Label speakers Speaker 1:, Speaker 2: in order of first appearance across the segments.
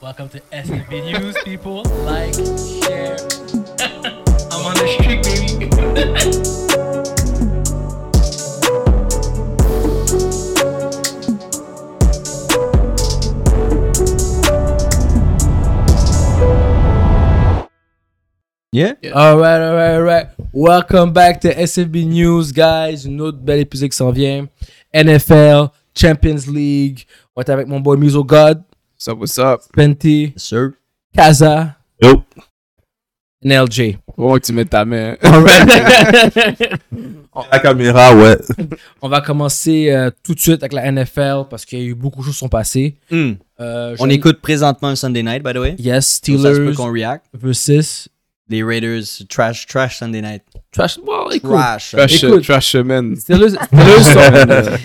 Speaker 1: Welcome to SFB News, people. Like, share. I'm on the street, baby.
Speaker 2: Yeah?
Speaker 1: Yeah.
Speaker 2: All right, all right, all right. Welcome back to SFB News, guys. Une autre belle épisode qui s'en vient. NFL, Champions League. On est avec mon boy Muso God,
Speaker 3: What's up, what's up?
Speaker 2: Penty,
Speaker 3: Sir.
Speaker 2: Kaza,
Speaker 3: Yo.
Speaker 2: NLJ.
Speaker 3: Faut que tu mettes ta main.
Speaker 4: Ah
Speaker 2: All right.
Speaker 5: La caméra, ouais.
Speaker 2: On va commencer euh, tout de suite avec la NFL parce qu'il y a eu beaucoup de choses qui sont passées. Euh,
Speaker 4: On
Speaker 2: je-
Speaker 4: écoute présentement un Sunday night, by the way.
Speaker 2: Yes,
Speaker 4: Donc, Ça se peut
Speaker 2: Steelers
Speaker 4: qu'on react.
Speaker 2: versus
Speaker 4: Les Raiders, trash, trash Sunday night.
Speaker 2: Trash. Bon, écoute.
Speaker 4: Trash.
Speaker 3: Trash,
Speaker 2: Écoute.
Speaker 3: trash man.
Speaker 2: Steelers, Steelers sont euh,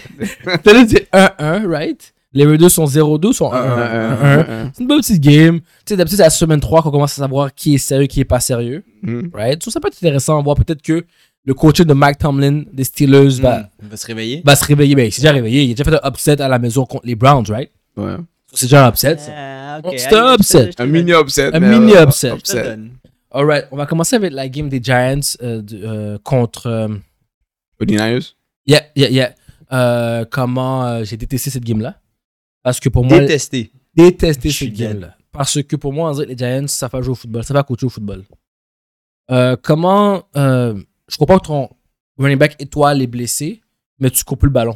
Speaker 2: Steelers c'est 1-1, right? Les Raiders sont 0-2, sont 1-1. C'est une bonne petite game. Tu sais, d'habitude, c'est la semaine 3 qu'on commence à savoir qui est sérieux, qui est pas sérieux.
Speaker 3: Mhm.
Speaker 2: Right? So, ça peut être intéressant à voir. Peut-être que le coaching de Mike Tomlin des Steelers va,
Speaker 4: Hmm. On va se réveiller.
Speaker 2: va se réveiller. Ben, il s'est déjà réveillé. Il a déjà fait un upset à la maison contre les Browns, right?
Speaker 3: Ouais.
Speaker 2: So, C'est déjà un upset. ça.
Speaker 4: Ah,
Speaker 2: On-
Speaker 4: ok.
Speaker 2: c'est un
Speaker 4: Allez,
Speaker 2: upset.
Speaker 4: je te- je te
Speaker 3: Un
Speaker 4: donne-
Speaker 3: mini upset.
Speaker 2: Un
Speaker 3: mais,
Speaker 2: mini
Speaker 3: euh,
Speaker 2: upset.
Speaker 4: je te donne.
Speaker 2: Alright, on va commencer avec la game des Giants euh, de- euh, contre. euh,
Speaker 3: 49ers.
Speaker 2: yeah, yeah, yeah. Euh, comment euh, j'ai détesté cette game-là. Parce que pour moi.
Speaker 4: Détesté.
Speaker 2: détesté
Speaker 4: Je suis
Speaker 2: cette game-là. Parce que pour moi, on dirait que les Giants, ça va jouer au football, ça va coacher au football. Euh, comment. euh, je comprends que ton running back étoile est blessé, mais tu coupes le ballon.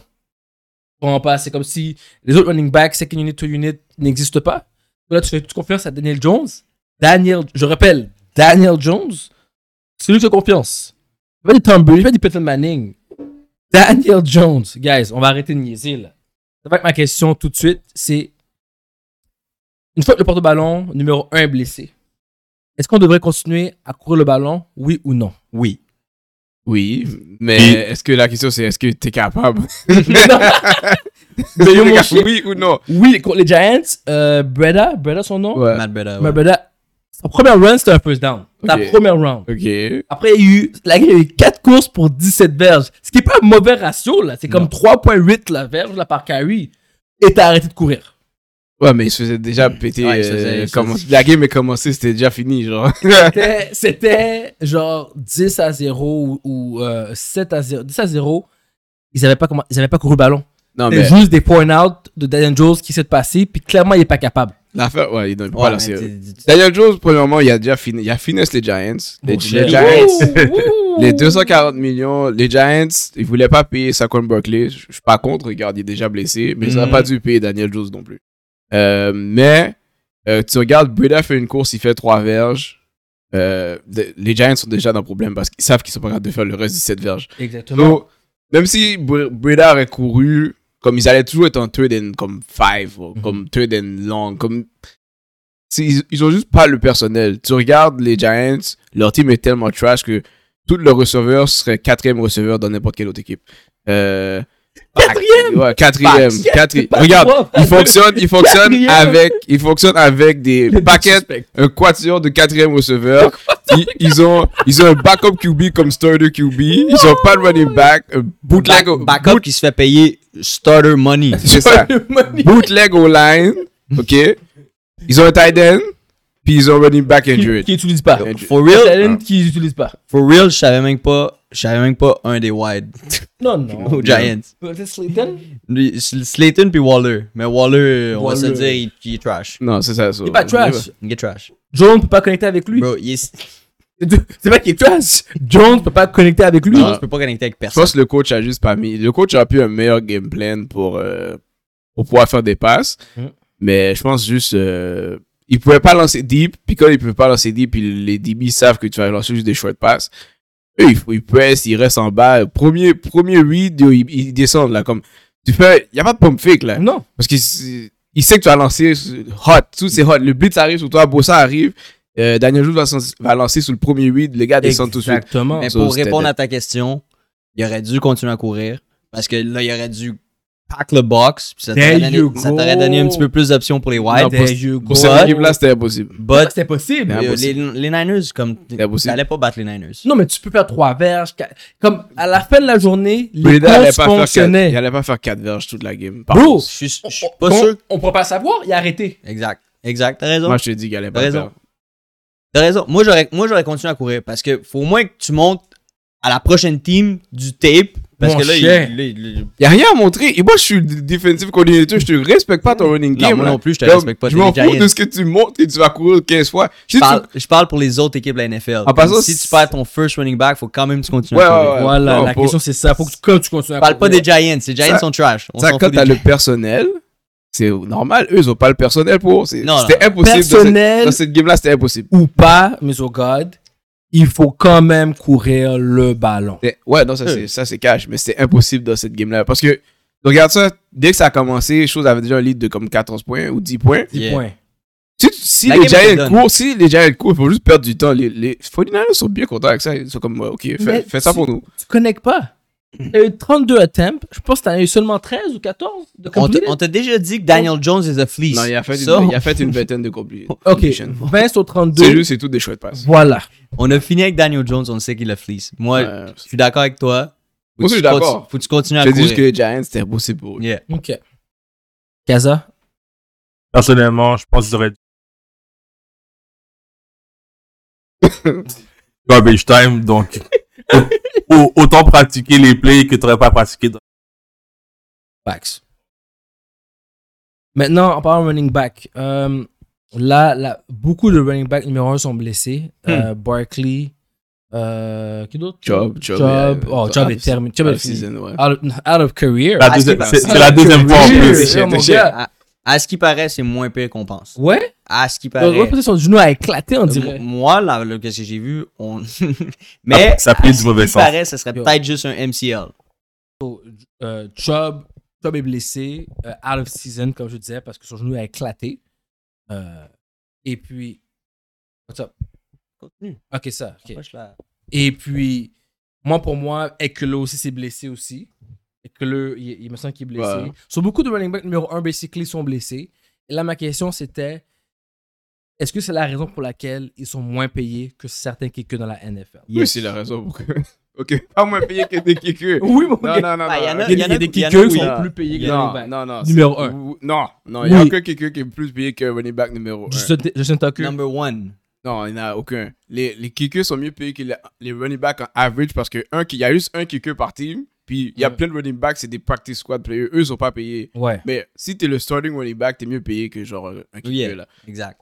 Speaker 2: Je comprends pas. C'est comme si les autres running backs, second unit, to unit, n'existent pas. Là, tu fais toute confiance à Daniel Jones. Daniel, je rappelle, Daniel Jones, c'est lui qui a confiance. Il fait des Tom Brady, il fait des Peyton Manning. Daniel Jones. Guys, on va arrêter de niaiser là. Ça va être ma question tout de suite, c'est une fois que le porte-ballon numéro 1 est blessé, est-ce qu'on devrait continuer à courir le ballon, oui ou non?
Speaker 4: Oui.
Speaker 3: Oui, mais
Speaker 5: Oui.
Speaker 3: est-ce que la question c'est est-ce que t'es capable
Speaker 2: Mais non. Mais yo, mon chien,
Speaker 3: Oui ou non
Speaker 2: oui, contre les Giants, euh, Breda, Breda son nom,
Speaker 3: Ouais.
Speaker 4: Matt Breda,
Speaker 2: Mais
Speaker 4: ouais.
Speaker 2: Breda, sa première run, c'était un first down. Sa
Speaker 3: Ok.
Speaker 2: première round.
Speaker 3: Ok.
Speaker 2: Après, il y a eu, la game, il y a eu 4 courses pour 17 verges. Ce qui n'est pas un mauvais ratio, là. C'est comme 3.8 la verge, là, par carry. Et t'as arrêté de courir.
Speaker 3: Ouais, mais il se faisait déjà péter.
Speaker 4: Ouais, il se faisait-
Speaker 3: euh,
Speaker 4: il se
Speaker 3: comment-
Speaker 4: faisait-
Speaker 3: La game est commencée, c'était déjà fini, genre.
Speaker 2: C'était- C'était genre 10 à 0 ou, ou, euh, 7 à 0. 10 à 0, ils n'avaient pas, comment- ils avaient pas couru le ballon.
Speaker 3: Non,
Speaker 2: C'est
Speaker 3: mais
Speaker 2: juste des point out de Daniel Jones qui s'est passé, puis clairement, il est pas capable.
Speaker 3: l'affaire, ouais, il donne
Speaker 4: Ouais,
Speaker 3: pas la
Speaker 4: mais
Speaker 3: série.
Speaker 4: t'es- t'es-
Speaker 3: Daniel Jones, premièrement, il a déjà fini. Il a finesse les Giants. Les,
Speaker 2: Bullshit.
Speaker 3: les Giants.
Speaker 2: Ouh, ouh.
Speaker 3: Les 240 millions, les Giants, ils voulaient pas payer Saquon Barkley. Je je suis pas contre, regarde, il est déjà blessé, mais ils auraient
Speaker 4: Mhm.
Speaker 3: pas dû payer Daniel Jones non plus. Euh, mais euh, tu regardes, Breda fait une course, il fait trois verges. Euh, de- les Giants sont déjà dans le problème parce qu'ils savent qu'ils sont pas capables de faire le reste de cette verges.
Speaker 2: Exactement.
Speaker 3: Donc, même si Bre- Breda aurait couru, comme ils allaient toujours être en third and comme five, ou
Speaker 2: Mhm.
Speaker 3: comme third and long, comme. c'est- Ils, ils ont juste pas le personnel. Tu regardes les Giants, leur team est tellement trash que tout le receveur serait quatrième receveur dans n'importe quelle autre équipe. Euh,
Speaker 2: Quatrième?
Speaker 3: Ouais, quatrième.
Speaker 2: Paquet,
Speaker 3: quatrième.
Speaker 2: pas
Speaker 3: Regarde,
Speaker 2: trois.
Speaker 3: il fonctionne, il fonctionne
Speaker 2: Quatrième.
Speaker 3: avec, il fonctionne avec des paquets un quatuor de quatrième receveur. Ils, ils ont, ils ont un backup QB comme starter QB. Ils ont pas de
Speaker 2: Oh.
Speaker 3: running back. Un bootleg,
Speaker 4: Back-
Speaker 3: au-
Speaker 4: Backup
Speaker 3: boot-
Speaker 4: qui se fait payer starter money.
Speaker 3: c'est ça. Bootleg au line. OK. Ils ont un tight end. Puis ils ont un running back
Speaker 2: Qui,
Speaker 3: injured.
Speaker 2: qui utilise pas.
Speaker 3: Injured.
Speaker 4: For
Speaker 2: Real
Speaker 4: real, Ah.
Speaker 3: Ah.
Speaker 2: talent qui utilise pas.
Speaker 4: for real, je savais même pas, je savais même pas un des wide
Speaker 2: Non, non.
Speaker 4: aux Giants.
Speaker 2: C'est Slayton?
Speaker 4: Lui, Sl- Slayton puis Waller. Mais Waller, on va se
Speaker 2: Waller.
Speaker 4: dire, il, il est trash.
Speaker 3: Non, c'est ça. ça.
Speaker 2: Il est pas trash.
Speaker 4: Il est trash.
Speaker 2: Jones peut pas connecter avec lui.
Speaker 4: Bro, il est...
Speaker 2: C'est pas qu'il est trash. Jones peut pas connecter avec
Speaker 3: Ah,
Speaker 2: lui.
Speaker 4: Non, je peux pas connecter avec
Speaker 3: Je
Speaker 4: personne.
Speaker 3: pense que le coach a juste pas mis. Le coach aurait pu un meilleur game plan pour, euh, pour pouvoir faire des passes.
Speaker 2: Mhm.
Speaker 3: Mais je pense juste. euh, il pouvait pas lancer deep. Puis quand il pouvait pas lancer deep, il- les DB savent que tu vas lancer juste des short passes. Eux, ils, ils pressent, ils restent en bas. Premier, premier read, yo, ils, ils descendent là. Comme, tu fais. Il a pas de pump fake là.
Speaker 2: Non.
Speaker 3: Parce qu'il s- il sait que tu vas lancer sur- hot. Tout c'est hot. Le blitz arrive sur toi. Bossa arrive. euh, Daniel Jones va, s'en- va lancer sur le premier read. Les gars descendent tout de suite.
Speaker 2: Exactement.
Speaker 4: Mais
Speaker 3: Ça,
Speaker 4: pour
Speaker 3: c'était
Speaker 4: répondre
Speaker 3: dead.
Speaker 4: à ta question, il aurait dû continuer à courir parce que là, il aurait dû pack le box. puis Ça t'aurait
Speaker 2: There
Speaker 4: donné,
Speaker 2: you
Speaker 4: ça t'aurait
Speaker 2: go.
Speaker 4: donné un petit peu plus d'options pour les White.
Speaker 2: There you go.
Speaker 3: Pour cette
Speaker 4: But-
Speaker 3: équipe là, c'était impossible.
Speaker 4: But
Speaker 2: C'était possible.
Speaker 3: Mais-
Speaker 4: euh, les,
Speaker 3: impossible.
Speaker 4: les Niners, comme
Speaker 3: C'est impossible.
Speaker 4: t'allais pas battre les Niners.
Speaker 2: Non, mais tu peux faire trois verges. quatre- Comme à la fin de la journée, les
Speaker 3: Breda allait
Speaker 2: courses
Speaker 3: pas, faire quatre, il
Speaker 2: fonctionnaient.
Speaker 3: allait pas faire 4 verges toute la game. Par
Speaker 2: Bro,
Speaker 3: contre.
Speaker 4: Je suis je suis
Speaker 2: on,
Speaker 4: pas sûr.
Speaker 2: on peut pas savoir, il a arrêté.
Speaker 4: Exact. exact. T'as raison.
Speaker 3: Moi, je te dis qu'il allait pas
Speaker 4: Raison.
Speaker 3: perdre.
Speaker 4: T'as raison. Moi, j'aurais, moi, j'aurais continué à courir parce que faut au moins que tu montes à la prochaine team du tape. Parce
Speaker 2: Mon
Speaker 4: que là, il,
Speaker 2: chien.
Speaker 4: là, il- il-
Speaker 3: Y a rien à montrer. Et moi, je suis le defensive coordinator. Je te respecte pas ton running
Speaker 4: Non,
Speaker 3: game.
Speaker 4: moi
Speaker 3: là.
Speaker 4: non plus, je te
Speaker 3: Là,
Speaker 4: respecte pas.
Speaker 3: Je
Speaker 4: t'es
Speaker 3: m'en
Speaker 4: les
Speaker 3: fous
Speaker 4: Giants.
Speaker 3: de ce que tu montres et tu vas courir 15 fois. Si tu-
Speaker 4: Je parle, je parle pour les autres équipes de la NFL.
Speaker 3: En passant,
Speaker 4: si
Speaker 3: c'est-
Speaker 4: tu perds ton first running back, faut quand même que tu continues
Speaker 3: Ouais,
Speaker 4: à courir.
Speaker 3: ouais, ouais.
Speaker 2: voilà,
Speaker 3: non,
Speaker 2: la
Speaker 3: pas-
Speaker 2: question c'est ça. Faut que tu, quand tu continues à
Speaker 4: Je parle pas
Speaker 2: courir.
Speaker 4: des Giants. Les Giants
Speaker 3: Ça-
Speaker 4: sont trash. On
Speaker 3: Ça,
Speaker 4: s'en
Speaker 3: quand
Speaker 4: fout des
Speaker 3: t'as le
Speaker 4: Giants.
Speaker 3: personnel, c'est normal. Eux, ils ont pas le personnel pour. C'est-
Speaker 4: Non, non.
Speaker 3: C'était impossible. dans cette-
Speaker 2: personnel
Speaker 3: Dans cette game-là, c'était impossible.
Speaker 2: ou pas, mais au God, il faut quand même courir le ballon.
Speaker 3: C'était- Ouais, non, ça c'est, ça c'est cash, mais c'était impossible dans cette game-là. Parce que, regarde ça, dès que ça a commencé, chose avait déjà un lead de comme 14 points ou 10 points.
Speaker 2: 10
Speaker 4: Yeah.
Speaker 2: points.
Speaker 3: Si, tu- si
Speaker 4: La
Speaker 3: les
Speaker 4: game était
Speaker 3: Giants
Speaker 4: done.
Speaker 3: courent, si les Giants courent, il faut juste perdre du temps. Les, les 49ers sont bien contents avec ça. Ils sont comme, ouais, ok,
Speaker 2: Mais
Speaker 3: fais, fais ça
Speaker 2: tu-
Speaker 3: pour nous.
Speaker 2: Tu connectes pas.
Speaker 4: Mm-hmm.
Speaker 2: T'as eu 32 attempts. Je pense que t'en as eu seulement 13 ou 14 de
Speaker 4: On t'a-
Speaker 2: completed.
Speaker 4: on t'a déjà dit que Daniel Jones est a fleece.
Speaker 3: Non, il a fait,
Speaker 4: Ça,
Speaker 3: une, il a fait une vingtaine de compli-
Speaker 2: Ok,
Speaker 3: completions.
Speaker 2: 20 sur 32.
Speaker 3: C'est juste, c'est tout des chouettes passes.
Speaker 2: Voilà.
Speaker 4: On a fini avec Daniel Jones. On sait qu'il a fleece. Moi,
Speaker 3: Euh,
Speaker 4: je suis d'accord avec toi.
Speaker 3: Moi aussi, je
Speaker 4: tu
Speaker 3: suis
Speaker 4: conti-
Speaker 3: d'accord.
Speaker 4: Faut que tu continues à
Speaker 3: je te dis
Speaker 4: courir.
Speaker 3: juste que les Giants, c'était impossible pour eux.
Speaker 4: Yeah.
Speaker 2: Ok. Kaza,
Speaker 5: Personnellement, je pense qu'ils auraient garbage time, donc au- au- autant pratiquer les plays que tu n'aurais pas pratiqué. dans-
Speaker 2: Bax. Maintenant, en parlant de running back. euh, là, là, beaucoup de running back numéro 1 sont blessés.
Speaker 4: Hmm.
Speaker 2: Euh, Barkley. Euh, qui d'autre
Speaker 3: Job, job.
Speaker 2: Job. Oh, Job est terminé. Job est fini.
Speaker 3: season, ouais.
Speaker 2: Out, out of career.
Speaker 5: La
Speaker 4: Ah,
Speaker 5: deuxième-
Speaker 4: c'est-
Speaker 5: C'est
Speaker 4: c'est
Speaker 5: c'est la deuxième fois en
Speaker 2: Career,
Speaker 3: Dieu,
Speaker 5: plus.
Speaker 3: c'est-
Speaker 2: oh mon
Speaker 3: c'est-
Speaker 2: gars.
Speaker 4: À ce qui paraît, c'est moins pire qu'on pense.
Speaker 2: Ouais,
Speaker 4: À ce qui
Speaker 2: on
Speaker 4: paraît.
Speaker 2: que son genou a éclaté, on
Speaker 4: Euh,
Speaker 2: dirait.
Speaker 4: Moi, là, là, qu'est-ce que j'ai vu, on. Mais.
Speaker 3: Ah,
Speaker 5: ça plaît
Speaker 4: à
Speaker 5: du
Speaker 4: ce
Speaker 5: mauvais
Speaker 4: qui
Speaker 5: sens.
Speaker 4: paraît, ce serait
Speaker 2: Yo.
Speaker 4: peut-être juste un MCL.
Speaker 2: euh, Chubb, Chubb est blessé, euh, out of season, comme je disais, parce que son genou a éclaté. Euh, et puis. What's up?
Speaker 4: Continue.
Speaker 2: Ok, ça. ok.
Speaker 4: Approche la-
Speaker 2: Et puis, moi, pour moi, Ekelo aussi s'est blessé aussi. Ekelo, il, il me semble qu'il est blessé.
Speaker 3: Ouais.
Speaker 2: Sur beaucoup de running back numéro 1, basically, sont blessés. Et là, ma question, c'était est-ce que c'est la raison pour laquelle ils sont moins payés que certains kickers dans la NFL
Speaker 3: Oui, c'est la raison pour que. Ok, pas moins payé que des kickers.
Speaker 2: Oui, mon
Speaker 3: Non, non, non.
Speaker 4: Ah,
Speaker 3: non,
Speaker 4: y en a-
Speaker 3: ok.
Speaker 2: Il y,
Speaker 4: en
Speaker 2: a des
Speaker 4: il y en
Speaker 2: kickers
Speaker 4: a
Speaker 2: qui
Speaker 4: oui.
Speaker 2: sont
Speaker 3: Non,
Speaker 2: plus payés que les running
Speaker 3: Non,
Speaker 2: backs.
Speaker 3: non, non.
Speaker 2: Numéro
Speaker 3: c'est-
Speaker 2: un.
Speaker 3: Ou- Non, non, il n'y a
Speaker 2: Oui.
Speaker 3: aucun kicker qui est plus payé qu'un running back numéro 1.
Speaker 2: Justin, Justin Tucker.
Speaker 4: Number one.
Speaker 3: Non, il n'y en a aucun. Les, les kickers sont mieux payés que les, les running backs en average parce que un, qu'il y a juste un kicker par team, puis il y a
Speaker 2: Ouais.
Speaker 3: plein de running backs, c'est des practice squad players, eux, ils sont pas payés.
Speaker 2: Ouais.
Speaker 3: Mais si t'es le starting running back, t'es mieux payé que genre euh, un kicker
Speaker 4: Yeah.
Speaker 3: là.
Speaker 4: Exact.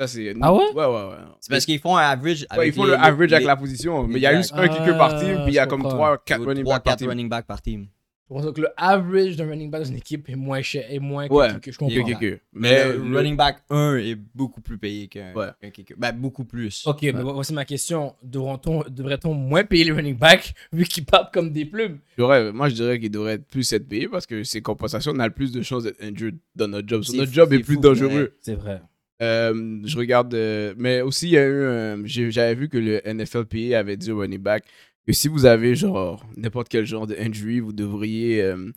Speaker 3: Ça, c'est...
Speaker 2: Ah ouais?
Speaker 3: Ouais, ouais, ouais.
Speaker 4: C'est parce qu'ils font un average.
Speaker 3: Ouais, ils font le average avec la position, mais il y a
Speaker 4: Exact.
Speaker 3: juste un kicker par team,
Speaker 2: Ah,
Speaker 3: puis il y a
Speaker 2: je
Speaker 3: comme
Speaker 2: comprends.
Speaker 3: 3 4 running backs par
Speaker 4: 3-4
Speaker 3: team.
Speaker 4: running back par team.
Speaker 2: Pour ça que le average d'un running back dans une équipe est moins cher, est moins que
Speaker 3: Ouais.
Speaker 2: le kicker, je
Speaker 3: Que
Speaker 2: comprends.
Speaker 3: kicker.
Speaker 4: Mais
Speaker 3: Mais
Speaker 4: le
Speaker 3: le-
Speaker 4: running back 1 est beaucoup plus payé qu'un
Speaker 3: Ouais.
Speaker 4: qu'un kicker. Ben, beaucoup plus.
Speaker 2: Ok, mais vo- voici ma question. Devront-on- Devrait-on moins payer les running backs vu qu'ils partent comme des plumes
Speaker 3: J'aurais- moi, je dirais qu'il devrait être plus être payé parce que ces compensations, on a le plus de chances d'être injured dans notre job. So,
Speaker 4: C'est
Speaker 3: notre
Speaker 4: fou,
Speaker 3: job est,
Speaker 4: c'est
Speaker 3: plus
Speaker 4: fou, ouais.
Speaker 3: dangereux.
Speaker 2: C'est vrai.
Speaker 3: Euh, je regarde. euh, mais aussi, il y a eu. euh, j'ai- J'avais vu que le NFLPA avait dit au running back que si vous avez, genre, n'importe quel genre de injury, vous devriez euh,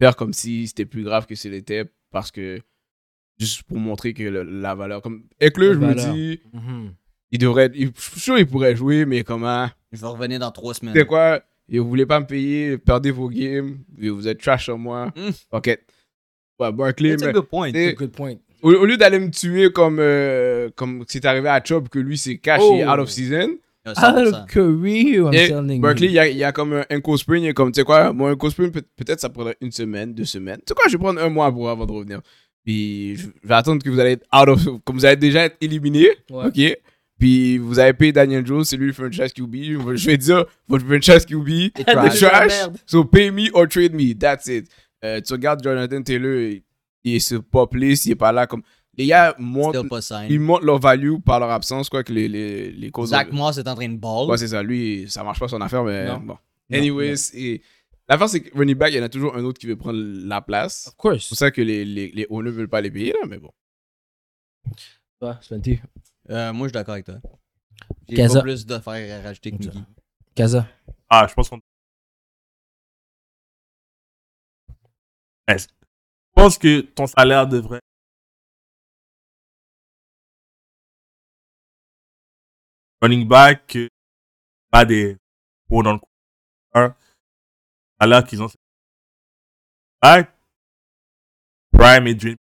Speaker 3: faire comme si c'était plus grave que ce l'était parce que. Juste pour montrer que le- la valeur. Comme. Éclus,
Speaker 2: La
Speaker 3: je me
Speaker 2: valeur.
Speaker 3: dis,
Speaker 2: Mm-hmm.
Speaker 3: il devrait. être- il- je suis sûr qu'il pourrait jouer, mais comment.
Speaker 4: Je vais revenir dans 3 semaines.
Speaker 3: C'est quoi et Vous voulez pas me payer, perdez vos games, et vous êtes trash sur moi.
Speaker 4: Mm.
Speaker 3: Ok. Ouais, Barkley,
Speaker 4: It's a
Speaker 3: mais
Speaker 4: good point.
Speaker 3: Et-
Speaker 2: Good point.
Speaker 3: au, au lieu d'aller me tuer comme, euh, comme c'est arrivé à Chubb, que lui s'est caché
Speaker 2: Oh. Mm-hmm.
Speaker 3: out of season,
Speaker 4: Ah,
Speaker 2: Out
Speaker 4: 100%.
Speaker 2: career, I'm
Speaker 3: Et
Speaker 2: telling
Speaker 3: Barkley, il
Speaker 2: you.
Speaker 3: y a, il y a comme un ankle sprain, il est comme, tu sais quoi, mon ankle sprain, peut- peut-être ça prendrait une semaine, deux semaines. Tu sais quoi, je vais prendre un mois pour avant de revenir. Puis je je vais attendre que vous allez être out of, comme vous allez déjà être éliminé.
Speaker 2: Ouais.
Speaker 3: Ok. Puis vous avez payé Daniel Jones, c'est lui le franchise QB. Je vais dire, votre franchise QB,
Speaker 4: It's
Speaker 3: le
Speaker 4: trash.
Speaker 3: trash.
Speaker 2: Merde.
Speaker 3: So pay me or trade me. That's it. Euh, tu regardes Jonathan Taylor, il- il est sur pop list, il est pas là. Comme... Les gars montent,
Speaker 4: Still pas sign.
Speaker 3: ils montent leur value par leur absence, quoi, que les, les, les causes.
Speaker 4: Hein? Zach Moss est en train de ball.
Speaker 3: Ouais, c'est ça. Lui, ça marche pas son affaire, mais
Speaker 2: Non.
Speaker 3: bon.
Speaker 4: Non,
Speaker 3: Anyways, et l'affaire, c'est que running back, il y en a toujours un autre qui veut prendre la place.
Speaker 2: Of course.
Speaker 3: C'est pour ça que les, les, les owners veulent pas les payer, là, mais bon.
Speaker 2: Ouais, Spenty.
Speaker 4: Euh, moi, je suis d'accord avec toi. J'ai
Speaker 2: Kaza.
Speaker 4: pas plus d'affaires à rajouter que Mickey.
Speaker 2: Kaza.
Speaker 5: Ah, je pense qu'on. Ouais, c'est- Je pense que ton salaire devrait. Running back, euh, pas des pros dans le coup. Hein? Salaire qu'ils ont. Back, Prime et Dream.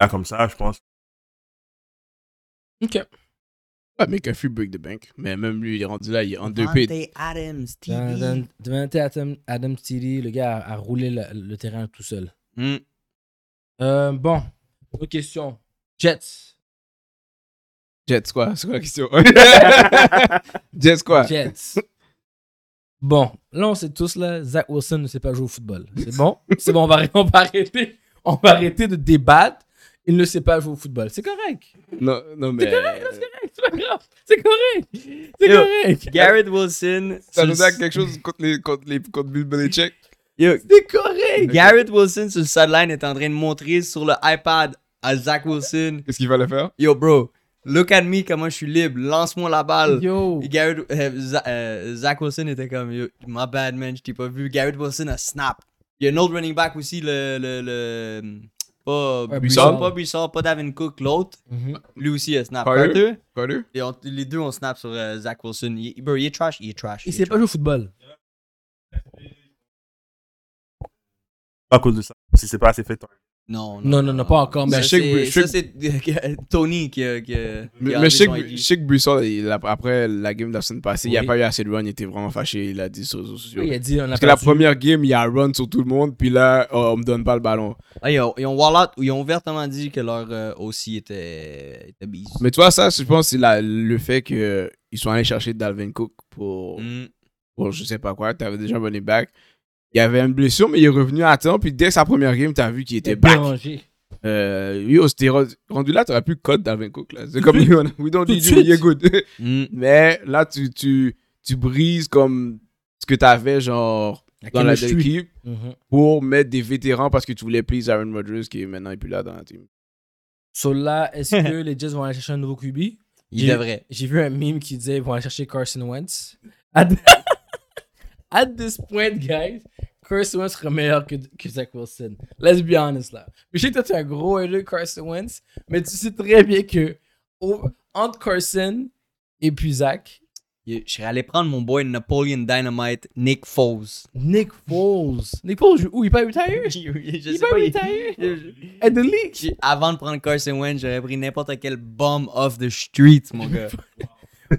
Speaker 5: Là, comme ça, je pense.
Speaker 2: Ok.
Speaker 3: Ouais, mais Cafu break the bank. Mais même lui, il est rendu là, il est en deux pieds.
Speaker 4: Devante Adams, TV.
Speaker 2: Devante Adam, Adam Thierry, le gars a, a roulé le, le terrain tout seul.
Speaker 4: Hmm.
Speaker 2: Euh, bon, autre question. Jets.
Speaker 3: Jets quoi C'est quoi la question Jets quoi
Speaker 2: Jets. Bon, là, on sait tous, là, Zach Wilson ne sait pas jouer au football. C'est bon? C'est bon, on va, on va arrêter. On va arrêter de débattre. Il ne sait pas jouer au football. C'est correct.
Speaker 3: Non, non mais.
Speaker 2: C'est pas grave. C'est correct. C'est
Speaker 4: Yo.
Speaker 2: correct.
Speaker 4: Garrett Wilson.
Speaker 3: Ça
Speaker 4: sur
Speaker 3: nous
Speaker 4: le-
Speaker 3: donne quelque chose contre, les, contre, les, contre Bill Belichick
Speaker 4: Yo,
Speaker 2: C'est correct.
Speaker 4: Garrett Wilson sur le sideline est en train de montrer sur le iPad à Zach Wilson.
Speaker 3: Qu'est-ce qu'il va le faire
Speaker 4: Yo, bro, look at me, comment je suis libre. Lance-moi la balle.
Speaker 2: Yo.
Speaker 4: Et Garrett, euh, Za- euh, Zach Wilson était comme, yo, my bad man, je t'ai pas vu. Garrett Wilson a snap. Il y a un autre running back aussi, le. le, le pas
Speaker 2: Ouais,
Speaker 4: Buissard,
Speaker 2: Buissard.
Speaker 4: pas Buissard, pas Davin Cook, l'autre.
Speaker 2: Mhm.
Speaker 4: Lui aussi a snap.
Speaker 3: Carter.
Speaker 4: Carter.
Speaker 3: Connor
Speaker 4: Et on- les deux ont snap sur euh, Zach Wilson. Il, bro, il est trash, il est trash.
Speaker 2: Il
Speaker 4: est
Speaker 2: sait
Speaker 3: Mhm.
Speaker 2: pas jouer au football.
Speaker 5: à cause de ça. Si c'est pas assez fait,
Speaker 4: Non,
Speaker 2: Non, non, non, pas encore.
Speaker 4: Ça,
Speaker 2: Mais
Speaker 3: Mais je sais que-
Speaker 4: c'est-
Speaker 3: je sais
Speaker 4: ça, c'est Tony qui a. Qui a- qui
Speaker 3: Mais
Speaker 4: a
Speaker 3: mais je sais
Speaker 4: enlevé
Speaker 3: que-
Speaker 4: son
Speaker 3: je
Speaker 4: ID.
Speaker 3: sais que Buisson, il a- après la game de la semaine passée, il n'y a
Speaker 2: Oui.
Speaker 3: pas eu assez de run, il était vraiment fâché, il a dit sur les réseaux sociaux.
Speaker 2: il a dit, on a
Speaker 3: Parce que la
Speaker 2: perdu.
Speaker 3: première game, il y a un run sur tout le monde, puis là, oh, on me donne pas le ballon.
Speaker 4: Ah, ils, ont, ils ont Wallout- ils ont ouvertement dit que leur euh, aussi était, était bise.
Speaker 3: Mais tu vois, ça, je pense, c'est la- le fait qu'ils sont allés chercher Dalvin Cook pour,
Speaker 4: Mm.
Speaker 3: pour je sais pas quoi. Tu avais déjà un running back. Il y avait une blessure, mais il est revenu à temps, puis dès sa première game, tu as vu qu'il
Speaker 2: Il
Speaker 3: était
Speaker 2: était
Speaker 3: back.
Speaker 2: dérangé.
Speaker 3: Euh, yo, c'était re- rendu là, t'aurais pu code Dalvin Cook. Là. C'est comme, yo, we don't
Speaker 2: Tout
Speaker 3: need
Speaker 2: de
Speaker 3: you,
Speaker 2: suite.
Speaker 3: you're good.
Speaker 4: Mm.
Speaker 3: Mais là, tu, tu, tu brises comme ce que t'avais, genre, dans la
Speaker 2: chemistry.
Speaker 3: équipe
Speaker 2: Mhm.
Speaker 3: pour mettre des vétérans parce que tu voulais please Aaron Rodgers qui est maintenant plus là dans la team.
Speaker 2: So là, est-ce que les Jets vont aller chercher un nouveau QB?
Speaker 4: Il devrait.
Speaker 2: J'ai vu un meme qui disait ils vont aller chercher Carson Wentz. At, At this point, guys, Carson Wentz serait meilleur que, que Zach Wilson. Let's be honest là. Mais je sais que toi, tu es un gros hater de Carson Wentz, mais tu sais très bien que au- entre Carson et puis Zach,
Speaker 4: Je je serais allé prendre mon boy Napoleon Dynamite, Nick Foles.
Speaker 2: Nick Foles. Nick Foles, joue où il n'est pas retired?
Speaker 4: je
Speaker 2: Il
Speaker 4: sais
Speaker 2: n'est pas
Speaker 4: pas, il- euh,
Speaker 2: retired?
Speaker 4: je-
Speaker 2: At the league.
Speaker 4: je- Avant de prendre Carson Wentz, j'aurais pris n'importe quel bomb off the street, mon gars.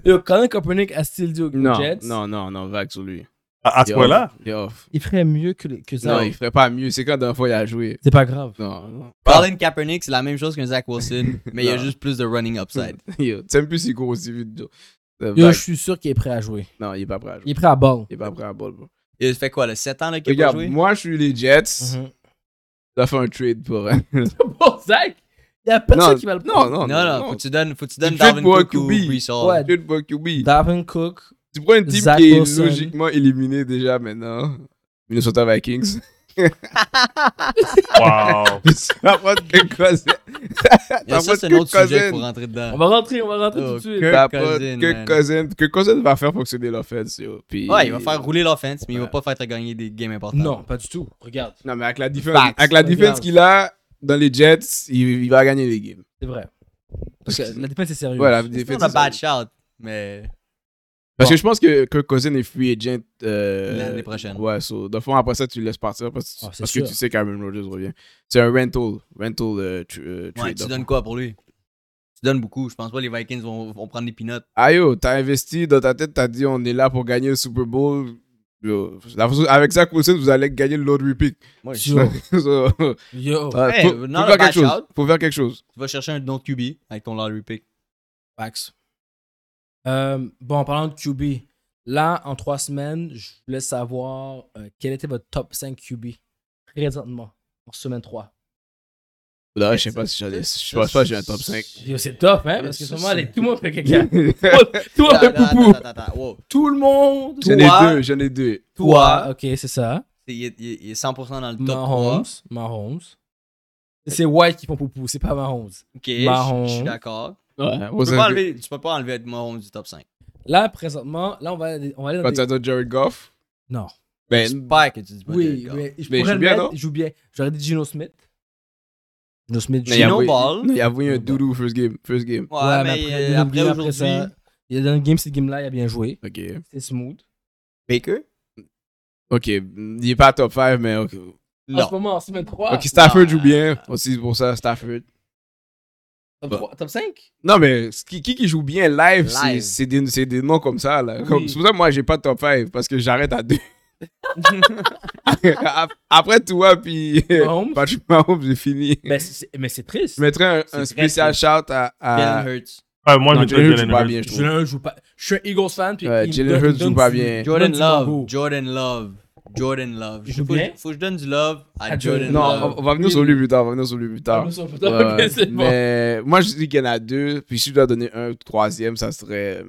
Speaker 2: Yo, Colin Kaepernick a still dit aux
Speaker 3: Non,
Speaker 2: Jets.
Speaker 3: non, non, non, vague sur lui.
Speaker 5: à, à
Speaker 3: Il
Speaker 5: ce
Speaker 3: est
Speaker 5: point-là,
Speaker 3: off, Il est off.
Speaker 2: Il ferait mieux que, les- que
Speaker 3: Non,
Speaker 2: Zach.
Speaker 3: il ferait pas mieux. C'est quand la dernière fois il a joué.
Speaker 2: C'est pas grave.
Speaker 3: Non, non.
Speaker 4: Colin Kaepernick, c'est la même chose qu'un Zach Wilson, mais il y a
Speaker 3: Non.
Speaker 4: juste plus de running upside.
Speaker 3: Ah. Yo, Tu sais même plus s'il court aussi vite. Joe. C'est
Speaker 2: Yo,
Speaker 3: vague.
Speaker 2: je suis sûr qu'il est prêt à jouer.
Speaker 3: Non, il est pas prêt à jouer.
Speaker 2: Il est prêt à ball.
Speaker 3: Il est pas prêt à ball, bro.
Speaker 4: Il fait quoi, le 7 ans là, qu'il a pas
Speaker 3: Regarde,
Speaker 4: joué?
Speaker 3: moi je suis les Jets.
Speaker 2: Mhm.
Speaker 3: Ça fait un trade pour. non,
Speaker 2: Bon, Zach, il y a personne
Speaker 3: Non,
Speaker 2: qui va le prendre.
Speaker 3: non, non.
Speaker 4: Non, non, faut que tu donnes, faut que tu donnes
Speaker 3: Il fait
Speaker 4: Dalvin
Speaker 3: pour un
Speaker 4: Cook ou
Speaker 3: QB.
Speaker 4: Breesall.
Speaker 2: Ouais.
Speaker 3: Trade pour QB.
Speaker 2: Davin Cook.
Speaker 3: Tu prends une team
Speaker 2: Zach
Speaker 3: qui est
Speaker 2: Wilson.
Speaker 3: logiquement éliminée déjà maintenant. Minnesota Vikings.
Speaker 5: waouh.
Speaker 3: Ça prend que Cousins.
Speaker 4: Et ça,
Speaker 3: Ça prend
Speaker 4: c'est un
Speaker 3: que
Speaker 4: autre sujet
Speaker 3: Cousins.
Speaker 4: pour rentrer dedans.
Speaker 2: On va rentrer, on va rentrer
Speaker 4: Oh,
Speaker 2: tout de suite.
Speaker 4: que-
Speaker 3: Ça
Speaker 4: Kirk
Speaker 3: prend
Speaker 4: Cousins,
Speaker 3: que
Speaker 4: man.
Speaker 3: Cousins. Que Cousins va faire fonctionner l'offense. yo. Puis-
Speaker 4: Ouais, il va faire rouler l'offense, mais il va
Speaker 3: Ouais.
Speaker 4: pas faire te gagner des games importantes.
Speaker 2: Non, pas du tout. Regarde,
Speaker 3: Non, mais avec la défense,
Speaker 4: Facts.
Speaker 3: avec la
Speaker 2: Pas
Speaker 3: défense
Speaker 2: grave.
Speaker 3: qu'il a dans les Jets, il, il va gagner les games.
Speaker 2: c'est vrai. Parce que la défense est sérieuse.
Speaker 3: Voilà,
Speaker 4: C'est
Speaker 3: défense.
Speaker 4: a bad shout, mais
Speaker 3: Parce que je pense que Kirk Cousins est free agent euh,
Speaker 4: L'année prochaine.
Speaker 3: Ouais, so, dans le fond, après ça, tu le laisses partir parce,
Speaker 2: Ah, c'est
Speaker 3: parce
Speaker 2: sûr.
Speaker 3: que tu sais qu'Aaron Rodgers revient. C'est un rental, rental euh, tr- euh,
Speaker 4: ouais,
Speaker 3: trade.
Speaker 4: tu
Speaker 3: dans le
Speaker 4: donnes
Speaker 3: fond.
Speaker 4: quoi pour lui? Tu donnes beaucoup. Je pense pas les Vikings vont, vont prendre des peanuts.
Speaker 3: Ah yo, t'as investi dans ta tête, t'as dit on est là pour gagner le Super Bowl. Yo, la façon- avec Zach Wilson, vous allez gagner le lottery pick.
Speaker 4: Ouais,
Speaker 2: Yo,
Speaker 3: So, euh,
Speaker 2: yo,
Speaker 4: Hey,
Speaker 3: faut, faut
Speaker 4: not
Speaker 3: faire
Speaker 4: a bad
Speaker 3: quelque chose.
Speaker 4: shout.
Speaker 3: Faut faire quelque chose.
Speaker 4: Tu vas chercher un autre QB avec ton lottery pick.
Speaker 2: Facts. Euh, bon, en parlant de QB, là, en trois semaines, je voulais savoir euh, quel était votre top 5 QB présentement en semaine 3.
Speaker 3: Là, je sais pas si j'en ai. Je pense pas que j'ai un top 5.
Speaker 2: Yo, c'est top, hein, parce que
Speaker 3: Ça,
Speaker 2: sûrement,
Speaker 3: c'est-
Speaker 2: les- tout le monde fait quelqu'un. tout le monde fait poupou.
Speaker 4: attends, attends, attends. Wow.
Speaker 2: Tout le monde.
Speaker 3: J'en
Speaker 4: Toi-
Speaker 3: ai deux, j'en ai deux.
Speaker 4: Toi.
Speaker 2: Ok, c'est ça.
Speaker 4: C'est- Il est, il est- il est 100% dans le top 3.
Speaker 2: Mahomes. Mahomes. C'est White qui font poupou, c'est pas Mahomes.
Speaker 4: Ok, je-
Speaker 2: Mahomes.
Speaker 4: je suis d'accord.
Speaker 3: Ouais,
Speaker 4: Tu,
Speaker 3: moi,
Speaker 4: peux
Speaker 3: ça-
Speaker 4: pas enlever- tu peux pas enlever Mahomes du top 5.
Speaker 2: Là, présentement, là, on va, aller- on va aller dans
Speaker 3: Quand
Speaker 2: des...
Speaker 3: t'as dit Jared Goff.
Speaker 2: Non.
Speaker 3: Ben,
Speaker 4: J'espère que tu dis pas
Speaker 2: Oui,
Speaker 4: Jared Goff.
Speaker 2: mais je
Speaker 3: Mais
Speaker 2: pourrais
Speaker 3: il joue
Speaker 2: le
Speaker 3: bien, non
Speaker 2: mettre, il joue bien. J'aurais dit Gino Smith. Gino Smith,
Speaker 3: Mais
Speaker 2: Gino-
Speaker 4: Gino
Speaker 3: oui.
Speaker 4: Ball.
Speaker 3: il y a eu un doudou first game. First game.
Speaker 4: Ouais,
Speaker 2: Ouais,
Speaker 4: mais,
Speaker 2: mais
Speaker 4: euh,
Speaker 2: Dylan
Speaker 4: après,
Speaker 2: Gabriel, ça,
Speaker 4: aujourd'hui,
Speaker 2: il y a dans le game, cette game-là, il a bien joué.
Speaker 3: Ok.
Speaker 2: C'était smooth.
Speaker 4: Baker?
Speaker 3: Ok, il est pas top 5, mais ok.
Speaker 2: En ce moment, en semaine 3.
Speaker 3: Ok, Stafford
Speaker 4: non.
Speaker 3: joue bien. Aussi, c'est pour ça, Stafford.
Speaker 2: Top,
Speaker 3: Bah.
Speaker 2: 3, top 5
Speaker 3: Non, mais ce qui, qui qui joue bien live, c'est-
Speaker 4: Live.
Speaker 3: c'est des, c'est des noms comme ça. là.
Speaker 2: Oui.
Speaker 3: Comme- C'est pour ça que moi, j'ai pas de top 5 parce que j'arrête à deux. Ap- Après toi, puis
Speaker 2: Mahomes.
Speaker 3: Patrick Mahomes, j'ai fini.
Speaker 2: mais c'est, mais c'est triste.
Speaker 3: Je mettrais un,
Speaker 4: C'est
Speaker 3: un
Speaker 4: très
Speaker 3: spécial shout à. à...
Speaker 2: euh,
Speaker 4: Jalen Hurts.
Speaker 5: Ouais, moi, je
Speaker 3: Non,
Speaker 5: mettrais
Speaker 3: Jalen Hurts
Speaker 5: Jalen
Speaker 3: joue pas bien, je
Speaker 5: Hurts.
Speaker 3: trouve.
Speaker 2: Jalen Hurts joue pas. Je suis un Eagles fan. Puis
Speaker 3: Ouais,
Speaker 2: il me
Speaker 3: Jalen
Speaker 2: donne-
Speaker 3: Hurts
Speaker 2: il me
Speaker 3: joue
Speaker 2: donne
Speaker 3: pas
Speaker 2: du-
Speaker 3: bien.
Speaker 4: Jordan
Speaker 2: donne du
Speaker 4: Love.
Speaker 2: bambou.
Speaker 4: Jordan Love. Jordan Love.
Speaker 2: Il
Speaker 4: Je
Speaker 2: joue
Speaker 4: faut,
Speaker 2: bien?
Speaker 4: faut que je donne du love à,
Speaker 2: À
Speaker 4: Jordan
Speaker 2: Jordan
Speaker 3: Non,
Speaker 4: Love.
Speaker 2: Love.
Speaker 3: on, on va venir sur lui plus tard. On va venir sur lui plus
Speaker 2: Ah,
Speaker 3: tard.
Speaker 2: ça, putain,
Speaker 3: Ouais,
Speaker 2: ok, c'est bon.
Speaker 3: Mais moi, je dis qu'il y en a deux. Puis si je dois donner un troisième, ça serait,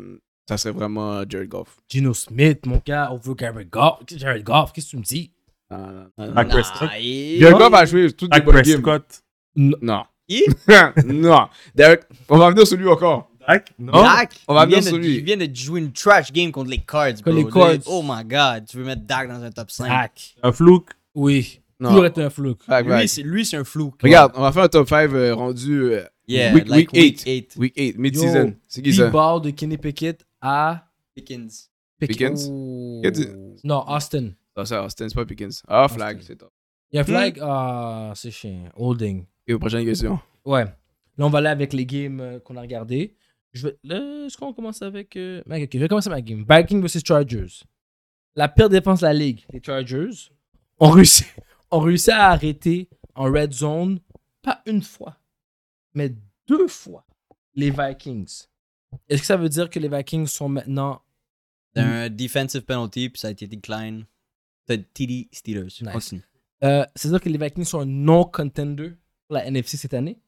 Speaker 3: ça serait vraiment Jared Goff.
Speaker 2: Gino Smith, mon gars, on veut Jared Goff. Jared Goff, qu'est-ce que tu me dis
Speaker 5: Dak
Speaker 4: Nice.
Speaker 5: Prescott.
Speaker 3: Ah, Jared Goff a joué toutes les
Speaker 5: Dak
Speaker 3: bonnes games.
Speaker 5: Prescott.
Speaker 3: Non.
Speaker 4: Qui?
Speaker 3: non. Derek, on va venir sur lui encore.
Speaker 5: Dak? Non.
Speaker 4: Dak,
Speaker 3: Hein? On va
Speaker 4: il vient
Speaker 3: venir
Speaker 4: de-
Speaker 3: sur lui.
Speaker 4: Il vient de jouer une trash game contre les Cards, bro.
Speaker 2: les
Speaker 4: Dude,
Speaker 2: Cards.
Speaker 4: Oh my God, tu veux mettre Dak dans un top 5.
Speaker 2: Tac.
Speaker 5: Un fluke.
Speaker 2: Oui.
Speaker 3: Non.
Speaker 2: Toujours être un flou.
Speaker 3: Back, back.
Speaker 4: Lui, c'est, lui, c'est un flou.
Speaker 3: Regarde, on va faire un top 5 rendu euh,
Speaker 4: Yeah,
Speaker 3: week-
Speaker 4: like
Speaker 3: week
Speaker 4: week 8.
Speaker 3: week 8, mid-season.
Speaker 2: Yo,
Speaker 3: C'est qui ça?
Speaker 2: Big ball de Kenny Pickett à
Speaker 4: Pickens.
Speaker 3: Pickens?
Speaker 2: Ouh.
Speaker 3: Qu'est-ce
Speaker 2: Non, Austin.
Speaker 3: Non, c'est Austin, c'est pas Pickens. Ah, flag,
Speaker 2: Austin.
Speaker 3: c'est top.
Speaker 2: Il y a un flag. Ah, c'est chiant. Holding.
Speaker 3: Et aux prochaines questions.
Speaker 2: Ouais. Là, on va aller avec les games euh, qu'on a regardées. Je vais... Là, est-ce qu'on commence avec... euh, ma- ok, je vais commencer ma game. Vikings vs Chargers. La pire défense de la ligue, les Chargers, ont réussi, ont réussi à arrêter en red zone, pas une fois, mais deux fois, les Vikings. Est-ce que ça veut dire que les Vikings sont maintenant...
Speaker 4: C'est
Speaker 3: Mm.
Speaker 4: un defensive penalty, puis ça a été decline. C'est TD Steelers.
Speaker 2: Nice.
Speaker 4: Continue.
Speaker 2: Euh, C'est-à-dire que les Vikings sont un non-contender pour la NFC cette année?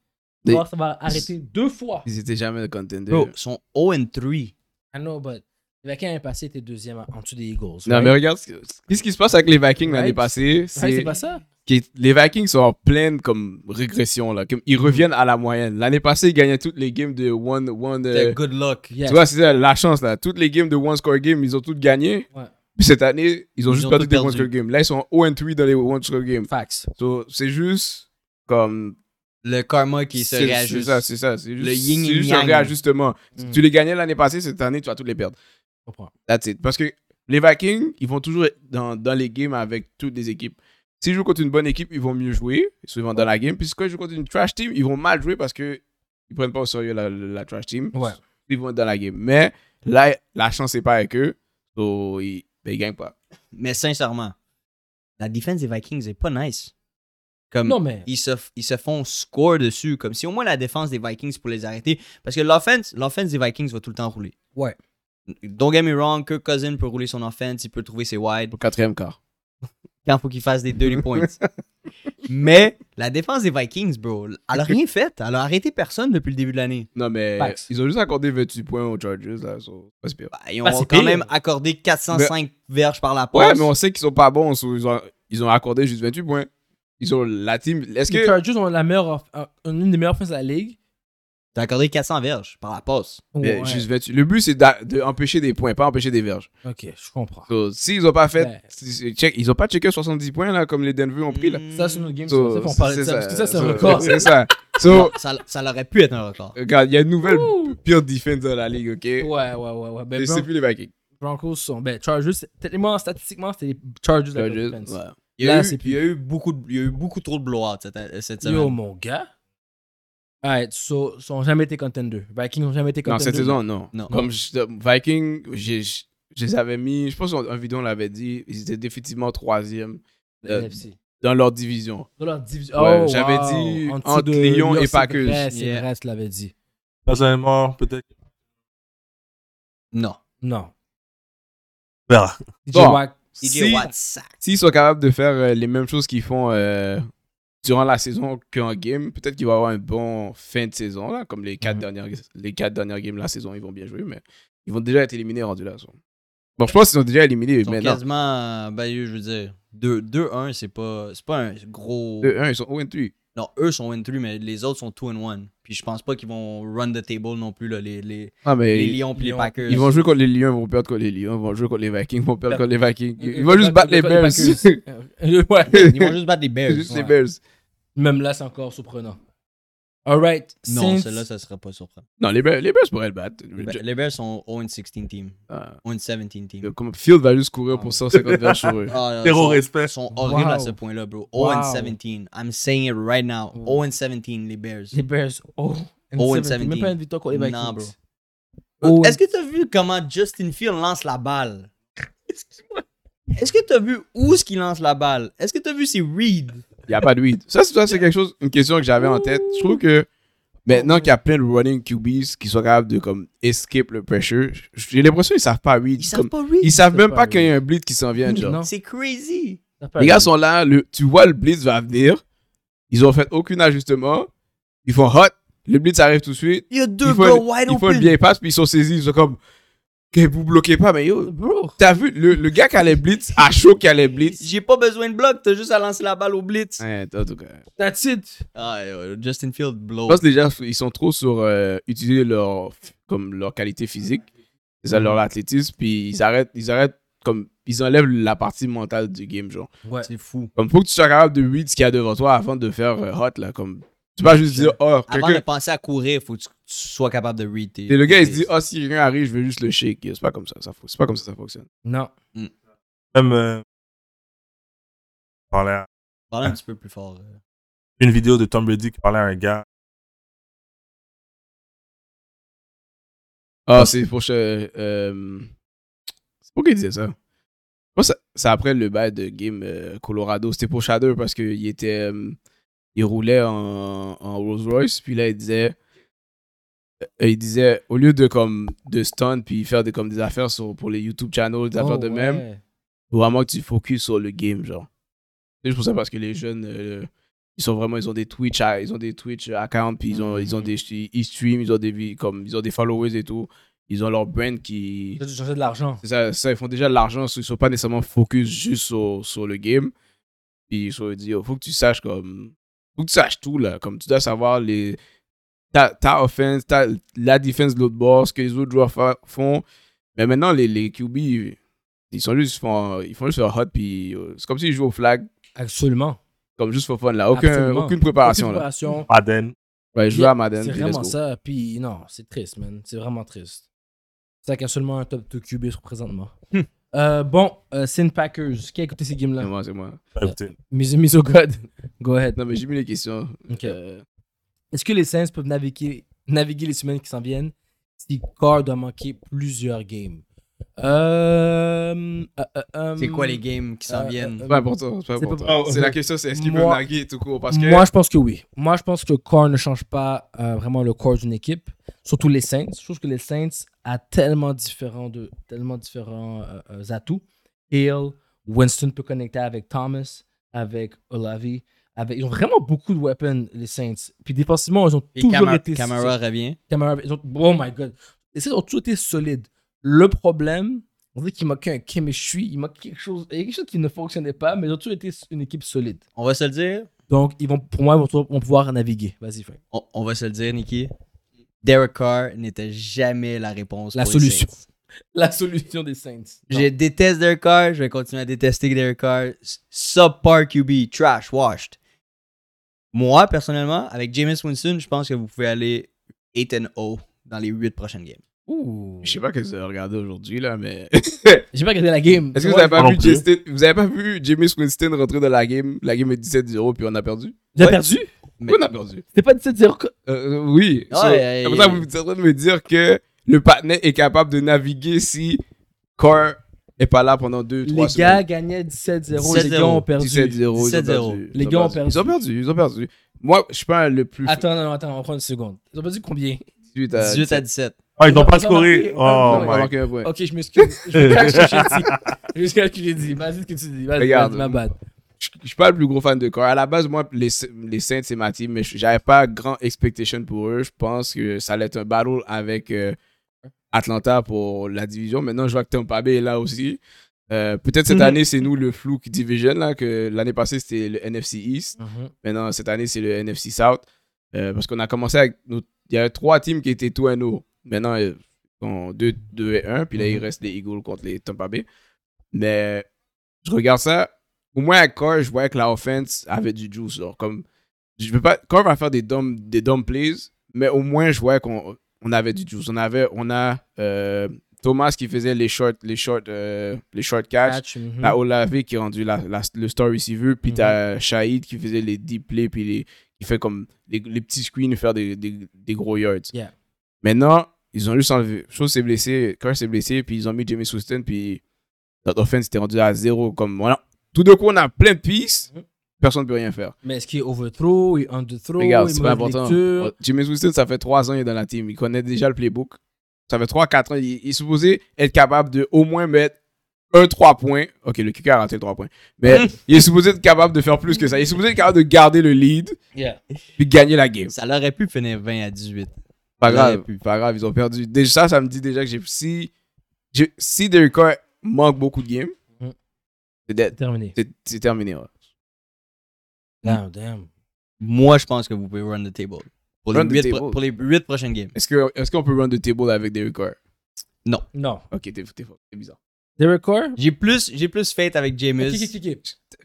Speaker 3: Des-
Speaker 2: Or, ça va arrêter deux fois.
Speaker 3: Ils étaient jamais le contender.
Speaker 4: Bro, ils sont 0 and 3.
Speaker 2: I know, but les Vikings l'année passée étaient deuxième en- en dessous des Eagles.
Speaker 3: Non,
Speaker 2: right?
Speaker 3: mais regarde, ce que- qu'est-ce qui se passe avec les Vikings l'année
Speaker 2: Right.
Speaker 3: passée?
Speaker 2: Ouais,
Speaker 3: C'est
Speaker 2: c'est pas ça.
Speaker 3: qui- les Vikings sont en pleine comme régression là, comme ils reviennent à la moyenne. L'année passée, ils gagnaient toutes les games de one one. euh,
Speaker 4: C'est Good luck.
Speaker 2: Yes.
Speaker 3: tu vois, c'est ça, la chance là. Toutes les games de one score game, ils ont toutes gagné.
Speaker 2: Ouais.
Speaker 3: Puis cette année, ils ont
Speaker 4: Ils
Speaker 3: juste
Speaker 4: ont
Speaker 3: perdu
Speaker 4: tout
Speaker 3: des
Speaker 4: perdu.
Speaker 3: one score games. Là, ils sont 0 and 3 dans les one score games.
Speaker 2: Facts.
Speaker 3: So, c'est juste comme
Speaker 4: Le karma qui se
Speaker 3: c'est-
Speaker 4: réajuste.
Speaker 3: C'est ça, c'est ça, c'est juste,
Speaker 4: Le yin
Speaker 3: c'est
Speaker 4: et
Speaker 3: juste un
Speaker 4: yang.
Speaker 3: réajustement.
Speaker 2: Mm.
Speaker 3: Tu les gagnais l'année passée, cette année, tu vas toutes les perdre.
Speaker 2: Je comprends.
Speaker 3: That's it. Parce que les Vikings, ils vont toujours être dans, dans les games avec toutes les équipes. S'ils jouent contre une bonne équipe, ils vont mieux jouer, souvent dans la game. Puis quand ils jouent contre une trash team, ils vont mal jouer parce qu'ils ne prennent pas au sérieux la, la trash team.
Speaker 2: Ouais.
Speaker 3: Ils vont être dans la game. Mais là, la chance n'est pas avec eux. So, ils ne gagnent pas.
Speaker 4: Mais sincèrement, la défense des Vikings est pas nice.
Speaker 3: Mm.
Speaker 4: Comme
Speaker 2: Non, mais.
Speaker 4: ils, se, ils se font score dessus. Comme si au moins la défense des Vikings pour les arrêter. Parce que l'offense, l'offense des Vikings va tout le temps rouler.
Speaker 2: Ouais.
Speaker 4: Don't get me wrong, Kirk Cousin peut rouler son offense, il peut trouver ses wide.
Speaker 3: Au quatrième quart.
Speaker 4: Quand faut qu'il fasse des dirty points. Mais la défense des Vikings, bro, elle a rien fait. Elle a arrêté personne depuis le début de l'année.
Speaker 3: Non, mais
Speaker 2: Facts.
Speaker 3: ils ont juste accordé 28 points aux Chargers. Là, so, pas si pire.
Speaker 4: Bah, ils ont
Speaker 2: Bah, c'est
Speaker 4: quand
Speaker 2: pire.
Speaker 4: même accordé 405 verges par la
Speaker 3: Ouais,
Speaker 4: passe.
Speaker 3: mais on sait qu'ils sont pas bons. so ils, ont, ils ont accordé juste 28 points. Ils ont la team. Est-ce
Speaker 2: Les
Speaker 3: que.
Speaker 2: Chargers ont la meilleure off- euh, une des meilleures offenses de la ligue.
Speaker 4: T'as accordé 400 verges par la passe.
Speaker 3: Mais
Speaker 2: Ouais.
Speaker 3: eh, juste 28. Le but, c'est d'a- d'empêcher des points, pas empêcher des verges.
Speaker 2: Ok, je comprends.
Speaker 3: So, s'ils ont pas fait.
Speaker 2: Ouais.
Speaker 3: si- si- check, ils ont pas checké 70 points, là, comme les Denver ont pris, là.
Speaker 4: Mm.
Speaker 2: Ça, c'est notre game. Hmm. c'est pour
Speaker 3: So,
Speaker 2: ça qu'on parlait de ça. Parce que ça, c'est un
Speaker 3: so,
Speaker 2: record.
Speaker 3: C'est ça. So,
Speaker 4: ça, ça l'aurait pu être un record.
Speaker 3: regarde, il y a une nouvelle
Speaker 2: Ouh.
Speaker 3: pire defense dans la ligue, ok?
Speaker 2: Ouais, ouais, ouais. ouais. Ben,
Speaker 3: Et
Speaker 2: Bron-
Speaker 3: c'est plus les Vikings.
Speaker 2: Broncos sont. Ben, Chargers, c'est- techniquement, statistiquement, c'était les Chargers de la
Speaker 3: Chargers,
Speaker 2: offense.
Speaker 3: ouais.
Speaker 4: Il y a,
Speaker 2: Là,
Speaker 4: eu,
Speaker 2: c'est
Speaker 4: il y a eu beaucoup de- il y a eu beaucoup trop de blowouts cette, cette semaine.
Speaker 2: Yo, mon gars. Alright, so, ils n'ont jamais été contenders. Vikings n'ont jamais été
Speaker 3: Non,
Speaker 2: contenders.
Speaker 3: cette saison, non.
Speaker 4: Non.
Speaker 3: Comme je- Vikings, j'ai- je je les avais mis. Je pense qu'en vidéo, on l'avait dit. Ils étaient définitivement troisième euh,
Speaker 2: NFC.
Speaker 3: dans leur division.
Speaker 2: Dans leur division.
Speaker 3: ouais,
Speaker 2: oh,
Speaker 3: j'avais
Speaker 2: wow.
Speaker 3: dit
Speaker 2: En dessous
Speaker 3: entre
Speaker 2: de
Speaker 3: Lyon
Speaker 2: York,
Speaker 3: et
Speaker 2: c'est
Speaker 3: Packers.
Speaker 2: vrai, C'est
Speaker 4: Yeah.
Speaker 2: vrai, tu l'avais dit.
Speaker 5: Personnellement, peut-être.
Speaker 4: Non.
Speaker 2: Non.
Speaker 5: On verra.
Speaker 2: DJ
Speaker 3: Bon.
Speaker 2: Wack.
Speaker 4: DJ
Speaker 3: Si-
Speaker 4: Watt, sac.
Speaker 3: S'ils sont capables de faire euh, les mêmes choses qu'ils font euh, durant la saison qu'en game, peut-être qu'ils vont avoir un bon fin de saison, là, comme les quatre,
Speaker 2: Mhm.
Speaker 3: dernières, les quatre dernières games de la saison, ils vont bien jouer, mais ils vont déjà être éliminés rendus là. ça. Bon, je pense qu'ils sont déjà éliminés
Speaker 4: Ils sont
Speaker 3: maintenant.
Speaker 4: quasiment, euh, ben, eux, je veux dire, 2-1, c'est pas, c'est pas un gros...
Speaker 3: 2-1, ils sont 0-3.
Speaker 4: Non, eux sont 1-3, mais les autres sont 2-1. Puis je pense pas qu'ils vont run the table non plus, là, les, les,
Speaker 3: Ah, mais
Speaker 4: les Lions euh, puis les
Speaker 2: Lions.
Speaker 4: Packers.
Speaker 3: ils vont jouer contre les Lions, ils vont perdre contre les Lions, ils vont jouer contre les Vikings, ils vont perdre contre les Vikings. Ils vont juste battre les Bears. juste
Speaker 2: Euh, ouais.
Speaker 4: Ils vont juste battre les Bears.
Speaker 3: les
Speaker 2: ouais.
Speaker 3: Bears.
Speaker 2: Même là, c'est encore surprenant. Alright.
Speaker 4: Non,
Speaker 2: Saints-
Speaker 4: celle-là, ça serait pas surprenant. Ben,
Speaker 3: Non, les Bears, les Bears pourraient le battre.
Speaker 4: Bah, Les Bears sont 0-16 team.
Speaker 3: Ah,
Speaker 4: 0-17 team.
Speaker 3: comme Field va juste courir pour 150 verges sur eux.
Speaker 4: Ah, là,
Speaker 5: Zéro
Speaker 4: ils sont-
Speaker 5: respect.
Speaker 4: Ils sont horribles à
Speaker 2: Wow.
Speaker 4: ce point-là, bro.
Speaker 2: Wow.
Speaker 4: 0 17. I'm saying it right now.
Speaker 2: Mm.
Speaker 4: 0 17, les Bears.
Speaker 2: Les Bears. Oh
Speaker 4: Oh, and
Speaker 2: Même
Speaker 4: 17.
Speaker 2: pas une victoire contre les Vikings.
Speaker 4: Non, bro.
Speaker 2: Oh,
Speaker 4: Est-ce que t'as vu comment Justin Field lance la balle? Est-ce que t'as vu où est-ce qu'il lance la balle? Est-ce que t'as vu c'est Reed?
Speaker 3: Il n'y a pas de weed. Ça, c'est ça, c'est quelque chose, une question que j'avais en tête. Je trouve que maintenant qu'il y a plein de running QBs qui sont capables de comme escape le pressure, j'ai l'impression qu'ils savent pas read.
Speaker 4: Ils
Speaker 3: Comme-
Speaker 4: savent pas Reed.
Speaker 3: ils savent
Speaker 2: savent
Speaker 3: même
Speaker 2: pas
Speaker 3: pas
Speaker 2: read.
Speaker 3: qu'il y a un blitz qui s'en vient. Genre.
Speaker 2: Non.
Speaker 4: C'est crazy.
Speaker 2: t'as pas
Speaker 3: Les gars
Speaker 2: raison.
Speaker 3: sont là, le, tu vois le blitz va venir. Ils ont fait aucun ajustement. Ils font hot. Le blitz arrive tout de suite.
Speaker 4: Il y a deux
Speaker 3: Ils font
Speaker 4: gars
Speaker 3: une-
Speaker 4: wide
Speaker 3: Ils font
Speaker 4: open.
Speaker 3: une vieille passe, puis ils sont saisis. Ils sont comme, que vous bloquez pas, mais yo.
Speaker 2: Bro.
Speaker 3: T'as vu, le, le gars qui a les blitz, à chaud qui a les blitz.
Speaker 4: J'ai pas besoin de bloc, t'as juste à lancer la balle au blitz.
Speaker 3: Ouais, en tout cas.
Speaker 2: That's it.
Speaker 4: Ah, yo, Justin Field
Speaker 3: Je
Speaker 4: blow.
Speaker 3: pense que les gens, ils sont trop sur euh, utiliser leur, comme leur qualité physique, c'est ça,
Speaker 4: Mhm.
Speaker 3: leur athlétisme, puis ils arrêtent, ils arrêtent, comme, ils enlèvent la partie mentale du game, genre.
Speaker 2: Ouais.
Speaker 4: C'est fou.
Speaker 3: Comme, faut que tu sois capable de read ce qu'il y a devant toi avant de faire euh, hot, là, comme, tu peux pas juste dire, oh,
Speaker 4: Avant de
Speaker 3: quelqu'un,
Speaker 4: penser à courir, faut que tu, tu sois capable de read tes-
Speaker 3: et le gars, il se
Speaker 4: tes-
Speaker 3: dit, oh, si quelqu'un arrive, je vais juste le shake. C'est pas comme ça, ça fo- c'est pas comme ça, ça fonctionne.
Speaker 2: Non.
Speaker 5: Même, euh, je parlais à-
Speaker 4: Parle un petit peu plus fort. euh.
Speaker 5: une vidéo de Tom Brady qui parlait à un gars.
Speaker 3: Ah, c'est pour, euh, euh, c'est pour qu'il disait ça. Moi, ça- c'est après le bail de game euh, Colorado. C'était pour Shadow parce qu'il était. euh, il roulait en, en Rolls Royce. Puis là, il disait. euh, il disait, au lieu de comme de stun puis faire des, comme des affaires sur, pour les YouTube channels, des affaires
Speaker 2: Oh,
Speaker 3: de
Speaker 2: ouais.
Speaker 3: même, faut vraiment que tu focuses sur le game, genre. C'est juste pour ça parce que les jeunes, euh, ils sont vraiment, ils ont des Twitch, à- ils ont des Twitch euh, accounts, puis ils ont, ils ont des, ils stream, ils ont des, vi- comme, ils ont des followers et tout. Ils ont leur brand qui,
Speaker 2: Là, tu cherchais de l'argent.
Speaker 3: c'est ça, ça, ils font déjà de l'argent, so- ils sont pas nécessairement focus juste sur, sur le game. Puis ils se disent, faut que tu saches comme. Faut que tu saches tout, là. Comme tu dois savoir les. Ta, ta offense, ta- la défense de l'autre bord, ce que les autres joueurs fa- font. Mais maintenant, les, les QB, ils- ils sont juste. Ils font, ils font juste un hot, puis euh, c'est comme s'ils jouaient au flag,
Speaker 2: Absolument.
Speaker 3: comme juste for fun, là. Aucun,
Speaker 2: Absolument.
Speaker 3: aucune préparation,
Speaker 2: Aucune
Speaker 3: là.
Speaker 2: préparation.
Speaker 5: Aden.
Speaker 3: Ouais, ils jouent à Madden.
Speaker 2: C'est
Speaker 3: puis
Speaker 2: vraiment
Speaker 3: let's go.
Speaker 2: ça. Puis non, c'est triste, man. C'est vraiment triste. C'est ça qu'il y a seulement un top 2 QB sur présentement.
Speaker 3: Hmm.
Speaker 2: Euh, bon, euh, Sin Packers. Qui a écouté ces
Speaker 3: C'est
Speaker 2: games-là
Speaker 3: moi, c'est moi.
Speaker 5: Écoutez,
Speaker 2: Mis, mis au God. Go ahead.
Speaker 3: Non, mais j'ai mis les questions.
Speaker 2: Ok.
Speaker 3: Euh,
Speaker 2: Est-ce que les Saints peuvent naviguer, naviguer les semaines qui s'en viennent si Carr doit manquer plusieurs games Euh, euh, euh, euh,
Speaker 4: C'est quoi les games qui s'en
Speaker 2: euh,
Speaker 4: viennent?
Speaker 2: euh,
Speaker 3: c'est pas important. C'est pas
Speaker 2: C'est pas-
Speaker 3: important.
Speaker 2: Oh,
Speaker 3: C'est la question, c'est est-ce qu'ils peuvent
Speaker 2: moi-
Speaker 3: naguer tout court? Parce que.
Speaker 2: Moi, je pense que oui. Moi, je pense que Carr ne change pas euh, vraiment le corps d'une équipe, surtout les Saints. Je trouve que les Saints a tellement différents, de, tellement différents euh, euh, atouts. Hill, Winston peut connecter avec Thomas, avec Olavi. Avec, ils ont vraiment beaucoup de weapons, les Saints. Puis défensivement, ils ont
Speaker 4: Et
Speaker 2: toujours
Speaker 4: Camara,
Speaker 2: été.
Speaker 4: Camara revient.
Speaker 2: Camara- ils ont- oh my god. Les Saints ont toujours été solides. Le problème, on dirait qu'il manquait un chemistry, il manquait quelque chose, il y a quelque chose qui ne fonctionnait pas, mais ils ont toujours été une équipe solide.
Speaker 4: On va se le dire.
Speaker 2: Donc, ils vont, pour moi, ils vont, trou- vont pouvoir naviguer. Vas-y, Frank.
Speaker 4: On, on va se le dire, Nicky. Derek Carr n'était jamais la réponse.
Speaker 2: La
Speaker 4: pour les
Speaker 2: solution.
Speaker 4: Saints.
Speaker 2: La solution des Saints.
Speaker 4: Je déteste Derek Carr. Je vais continuer à détester Derek Carr. S- Subpar QB, trash, washed. Moi, personnellement, avec Jameis Winston, je pense que vous pouvez aller 8-0 dans les 8 prochaines games.
Speaker 2: Ouh.
Speaker 3: Je sais pas que vous avez regardé aujourd'hui, là, mais.
Speaker 2: J'ai pas regardé la game.
Speaker 3: Est-ce que vous
Speaker 2: Ouais,
Speaker 3: avez pas
Speaker 5: moi
Speaker 3: vu
Speaker 5: non plus.
Speaker 3: Justin... Vous avez pas vu James Winston rentrer dans la game? La game est 17-0, puis on a perdu?
Speaker 2: Vous avez perdu
Speaker 4: Mais-
Speaker 3: Pourquoi on a perdu?
Speaker 2: C'était pas 17-0. que-
Speaker 3: Euh, euh, oui.
Speaker 4: Ouais,
Speaker 3: So,
Speaker 2: Ah,
Speaker 4: ouais,
Speaker 3: comme ça,
Speaker 4: ouais.
Speaker 3: vous êtes en train de me dire que le partenaire est capable de naviguer si Carr est pas là pendant 2-3
Speaker 2: Les gars gagnaient 17-0. Les
Speaker 4: 17-0.
Speaker 2: gars ont perdu.
Speaker 3: 17-0, ils ont
Speaker 4: 17-0.
Speaker 3: perdu.
Speaker 2: Les
Speaker 3: Ils
Speaker 2: gars ont
Speaker 3: Ils ont perdu, ils ont perdu. Moi, je suis pas le plus.
Speaker 2: Attends, non, non, attends, on prend une seconde. Ils ont perdu combien
Speaker 3: 18 à
Speaker 4: 18 à 17.
Speaker 5: Ah, ils n'ont pas
Speaker 2: Ils ont marqué.
Speaker 5: scoré.
Speaker 3: Non,
Speaker 5: Oh,
Speaker 3: on
Speaker 2: Ouais.
Speaker 3: va
Speaker 5: my.
Speaker 3: marquer un point.
Speaker 2: Ok, je m'excuse. Je regarde ce que j'ai dit. Je regarde ce que j'ai dit. Vas-y, ce que tu dis. Vas-y,
Speaker 3: Regarde.
Speaker 2: vas-y, ma bad.
Speaker 3: je je suis pas le plus gros fan de Carr. À la base, moi, les, les Saints, c'est ma team, mais je- j'avais pas grand expectation pour eux. Je pense que ça allait être un battle avec euh, Atlanta pour la division. Maintenant, je vois que Tampa Bay est là aussi. Euh, Peut-être cette
Speaker 2: Mhm.
Speaker 3: année, c'est nous le Fluke Division, là, que l'année passée, c'était le NFC East. Maintenant, cette année, c'est le NFC South. Euh, parce qu'on a commencé avec. nos- Il y avait trois teams qui étaient 2-0. Maintenant, euh, ils sont 2, 2 et 1. Puis là, il
Speaker 2: Mhm.
Speaker 3: reste les Eagles contre les Tampa Bay. Mais je regarde ça. Au moins, à Carr, je voyais que la offense avait du juice. Genre, comme, je veux pas, Carr va faire des dumb, des dumb plays. Mais au moins, je voyais qu'on on avait du juice. On, avait, on a euh, Thomas qui faisait les short, les short, euh, les short catch.
Speaker 2: Catch, mhm.
Speaker 3: Bah, T'as Olave qui est rendu la- la- le star receiver, puis
Speaker 2: Mhm.
Speaker 3: t'as Shahid qui faisait les deep plays, puis les, Il fait comme les, les petits screens, faire des, des, des gros yards.
Speaker 2: Yeah.
Speaker 3: Maintenant, ils ont juste enlevé. Chose s'est blessé, Kerr s'est blessé, puis ils ont mis James Houston, puis notre offense était rendue à zéro. Comme, voilà. Tout de coup, on a plein de pistes,
Speaker 2: Mhm.
Speaker 3: personne ne peut rien faire.
Speaker 2: Mais est-ce qu'il est overthrow, il est underthrow,
Speaker 3: Regarde,
Speaker 2: il
Speaker 3: c'est
Speaker 2: est
Speaker 3: pas
Speaker 2: mauvaise
Speaker 3: important.
Speaker 2: lecture?
Speaker 3: Oh, James Winston, ça fait trois ans, il est dans la team. Il connaît déjà le playbook. Ça fait trois, quatre ans. Il, il est supposé être capable de au moins mettre un trois points. Ok, le kicker a raté le trois points. Mais il est supposé être capable de faire plus que ça. Il est supposé être capable de garder le lead
Speaker 2: Yeah.
Speaker 3: puis gagner la game.
Speaker 4: Ça l'aurait pu finir 20 à 18.
Speaker 3: Pas
Speaker 4: Il
Speaker 3: grave,
Speaker 4: aurait pu.
Speaker 3: pas grave, ils ont perdu. Déjà, ça, ça me dit déjà que j'ai- si, j'ai- si Derek Carr manque beaucoup de games,
Speaker 2: Mhm.
Speaker 3: c'est dead.
Speaker 2: Terminé.
Speaker 3: C'est- c'est terminé. ouais.
Speaker 2: Damn, damn.
Speaker 4: Moi, je pense que vous pouvez run the table. Pour les,
Speaker 3: Run the
Speaker 4: 8,
Speaker 3: table.
Speaker 4: pour les 8 prochaines games.
Speaker 3: Est-ce que- est-ce qu'on peut run the table avec Derek Carr?
Speaker 2: Non.
Speaker 3: Ok, t'es t'es fort, c'est bizarre.
Speaker 2: Derek Carr?
Speaker 4: J'ai plus, j'ai plus faith avec James.
Speaker 2: Ok, ok, ok,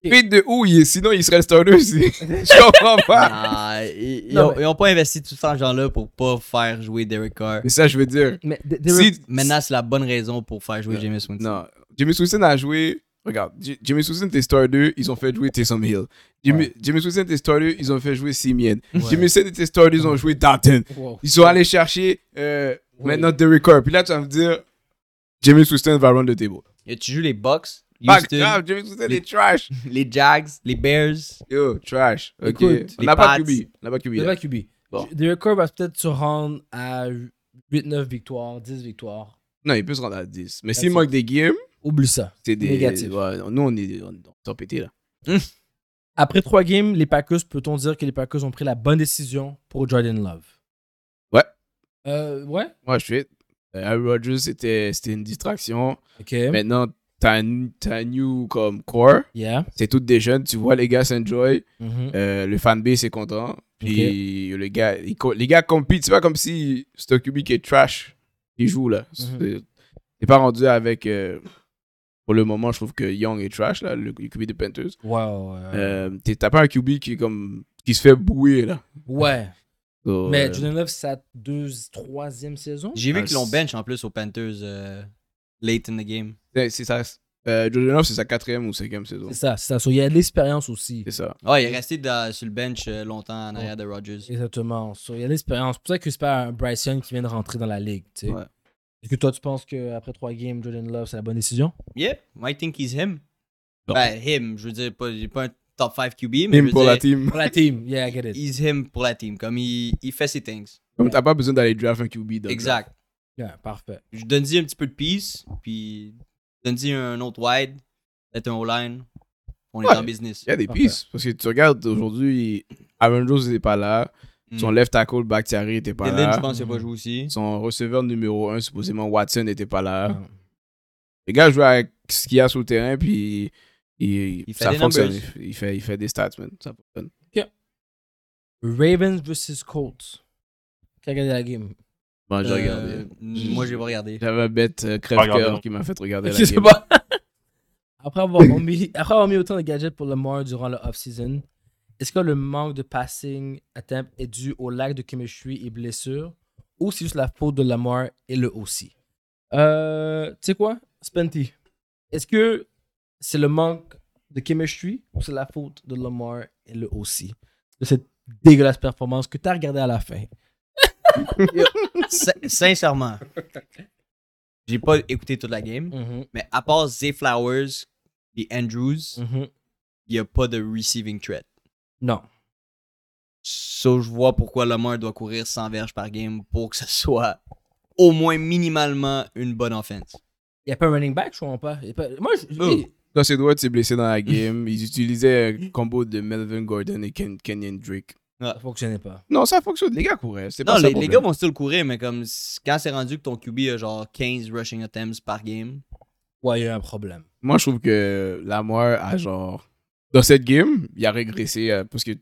Speaker 2: ok.
Speaker 3: Fait de où il est, sinon il serait le starter. c'est- Je comprends pas.
Speaker 4: Ah, ils, ils
Speaker 2: Non,
Speaker 4: ont, ils ont pas investi tout cet argent-là pour pas faire jouer Derek Carr.
Speaker 3: Mais ça, je veux dire.
Speaker 2: Mais De- Derek,
Speaker 3: Si,
Speaker 4: Maintenant, c'est la bonne raison pour faire jouer
Speaker 3: Non.
Speaker 4: James Winston.
Speaker 3: non, Jimmy Swisson a joué. Regarde, J- Jimmy Swisson, t'es starter, ils ont fait jouer Taysom Hill. Jimmy, Jimmy Swisson, t'es starter, ils ont fait jouer Simeon. Jimmy Swisson, t'es starter, ils ont joué Dalton.
Speaker 2: Wow.
Speaker 3: Ils sont allés chercher euh,
Speaker 2: Oui.
Speaker 3: maintenant Derek Carr. Puis là, tu vas me dire, Jimmy Swisson va run the table.
Speaker 4: Et tu joues les Bucks,
Speaker 3: Pas
Speaker 4: Houston,
Speaker 3: grave, Jimmy Swisson est trash.
Speaker 4: les Jags, les Bears.
Speaker 3: Yo, trash. Ok.
Speaker 2: Écoute,
Speaker 3: on
Speaker 4: les
Speaker 3: n'a pas
Speaker 4: Pats.
Speaker 3: de QB. On n'a pas de QB.
Speaker 2: Il
Speaker 3: là.
Speaker 2: y a pas QB.
Speaker 3: Bon.
Speaker 2: Derek Carr va peut-être se rendre à 8-9 victoires, 10 victoires.
Speaker 3: Non, il peut se rendre à 10. Mais
Speaker 2: That's
Speaker 3: s'il
Speaker 2: it.
Speaker 3: manque des games,
Speaker 2: Oublie ça.
Speaker 3: c'est des.
Speaker 2: Négatif.
Speaker 3: Ouais, nous, on est on, on est pété, là.
Speaker 2: Après trois games, les Packers, peut-on dire que les Packers ont pris la bonne décision pour Jordan Love?
Speaker 3: Ouais.
Speaker 2: Euh, ouais.
Speaker 3: Ouais, je suis. Euh, Aaron Rodgers, c'était c'était une distraction.
Speaker 2: OK.
Speaker 3: Maintenant, t'as un, t'as un new comme core.
Speaker 2: Yeah.
Speaker 3: C'est toutes des jeunes. Tu vois, les gars s'enjoy.
Speaker 2: Mhm.
Speaker 3: Euh, le fanbase est content. Puis les, gars, ils co- les gars compitent. C'est pas comme si c'est un QB qui est trash. Il joue, là.
Speaker 2: Mhm.
Speaker 3: C'est- T'es pas rendu avec. euh, pour le moment, je trouve que Young est trash, là, le, le QB de Panthers.
Speaker 2: Ouais, ouais, ouais.
Speaker 3: Euh, t'es- T'as pas un QB qui, est comme, qui se fait bouer, là.
Speaker 2: Ouais.
Speaker 3: So,
Speaker 2: Mais
Speaker 3: euh,
Speaker 2: Jordan Love, c'est sa deux, troisième saison?
Speaker 4: J'ai vu
Speaker 3: Ah,
Speaker 4: qu'ils l'ont
Speaker 3: c'est-
Speaker 4: bench en plus aux Panthers euh, late in the game.
Speaker 3: c'est c'est ça. Euh, Jordan Love, c'est sa quatrième ou cinquième saison.
Speaker 2: C'est ça, c'est ça. So, il y a de l'expérience aussi.
Speaker 3: C'est ça.
Speaker 4: Ouais, Ah, il est resté dans- sur le bench euh, longtemps en arrière de Rodgers.
Speaker 2: Exactement. So, il y a de l'expérience. C'est pour ça que c'est pas un Bryson qui vient de rentrer dans la ligue. tu sais.
Speaker 3: Ouais.
Speaker 2: Est-ce que toi, tu penses qu'après trois games, Jordan Love, c'est la bonne décision?
Speaker 4: Yep, I think he's him.
Speaker 3: Bon.
Speaker 4: Ben, him, je veux dire, pas, j'ai pas un top 5 QB, mais
Speaker 3: Même
Speaker 4: je
Speaker 3: pour
Speaker 4: veux
Speaker 3: la
Speaker 4: dire,
Speaker 3: team.
Speaker 2: Pour la team. Yeah, I get it.
Speaker 4: he's him pour la team. Comme il, il fait ses things.
Speaker 3: Comme t'as pas besoin d'aller draft un QB. dans le draft.
Speaker 4: Exact.
Speaker 2: Yeah, parfait.
Speaker 4: Je donne-y un petit peu de peace, puis donne-y un autre wide, peut-être un O-line. On est
Speaker 3: Ouais.
Speaker 4: en business.
Speaker 3: Il y a des
Speaker 2: Parfait.
Speaker 3: pistes. Parce que tu regardes aujourd'hui, Aaron Jones n'était pas là. ben, hein.
Speaker 4: Mm.
Speaker 3: Son left tackle, Bakhtiari n'était pas
Speaker 4: Dylan, je
Speaker 3: là.
Speaker 4: pense qu'il va jouer aussi.
Speaker 3: Son receveur numéro 1, supposément Watson, n'était pas là.
Speaker 4: Ah.
Speaker 2: Non.
Speaker 3: Les gars jouent avec ce qu'il y a sur le terrain, puis il,
Speaker 4: Il fait
Speaker 3: ça
Speaker 4: des
Speaker 3: fonctionne.
Speaker 4: numbers.
Speaker 3: Il fait, il fait des stats, man. Ça fonctionne.
Speaker 2: Ravens versus Colts. Qui a gagné la game?
Speaker 3: Bon, j'ai
Speaker 4: Euh,
Speaker 3: regardé.
Speaker 4: n- Moi, je vais pas regarder.
Speaker 3: J'avais un bête euh,
Speaker 5: regardé,
Speaker 3: crève-cœur
Speaker 5: non.
Speaker 3: qui m'a fait regarder la
Speaker 2: Je sais
Speaker 3: game.
Speaker 2: pas. Après avoir, mis, après avoir mis autant de gadgets pour Lamar durant le off-season, est-ce que le manque de passing attempt est dû au lac de chemistry et blessures ou c'est juste la faute de Lamar et le aussi? Euh, tu sais quoi, Spenty? Est-ce que c'est le manque de chemistry ou c'est la faute de Lamar et le aussi? De cette dégueulasse performance que tu as regardée à la fin.
Speaker 4: Sin- Sincèrement, j'ai pas écouté toute la game,
Speaker 3: Hmm. Mm-hmm,
Speaker 4: mais à part Zay Flowers et
Speaker 3: Hmm.
Speaker 4: Andrews,
Speaker 3: mm-hmm.
Speaker 2: Mhm.
Speaker 4: il n'y a pas de receiving threat.
Speaker 2: Non.
Speaker 4: So, je vois pourquoi Lamar doit courir 100 verges par game pour que ce soit au moins minimalement une bonne offense.
Speaker 2: Il n'y a pas un running back, je comprends pas. Y a pas- Moi, je- je-
Speaker 3: Oh. Quand Edwards s'est blessé dans la game, ils utilisaient un combo de Melvin Gordon et Ken- Kenyon Drake.
Speaker 2: ça fonctionnait pas.
Speaker 3: Non, ça fonctionne. Les gars couraient. C'est
Speaker 4: Non,
Speaker 3: pas ça
Speaker 4: les,
Speaker 3: le
Speaker 4: les
Speaker 3: problème.
Speaker 4: gars vont still courir, mais comme c- quand c'est rendu que ton QB a genre 15 rushing attempts par game,
Speaker 2: Ouais, il y a un problème.
Speaker 3: Moi, je trouve que Lamar a genre. Dans cette game, il a régressé euh, parce que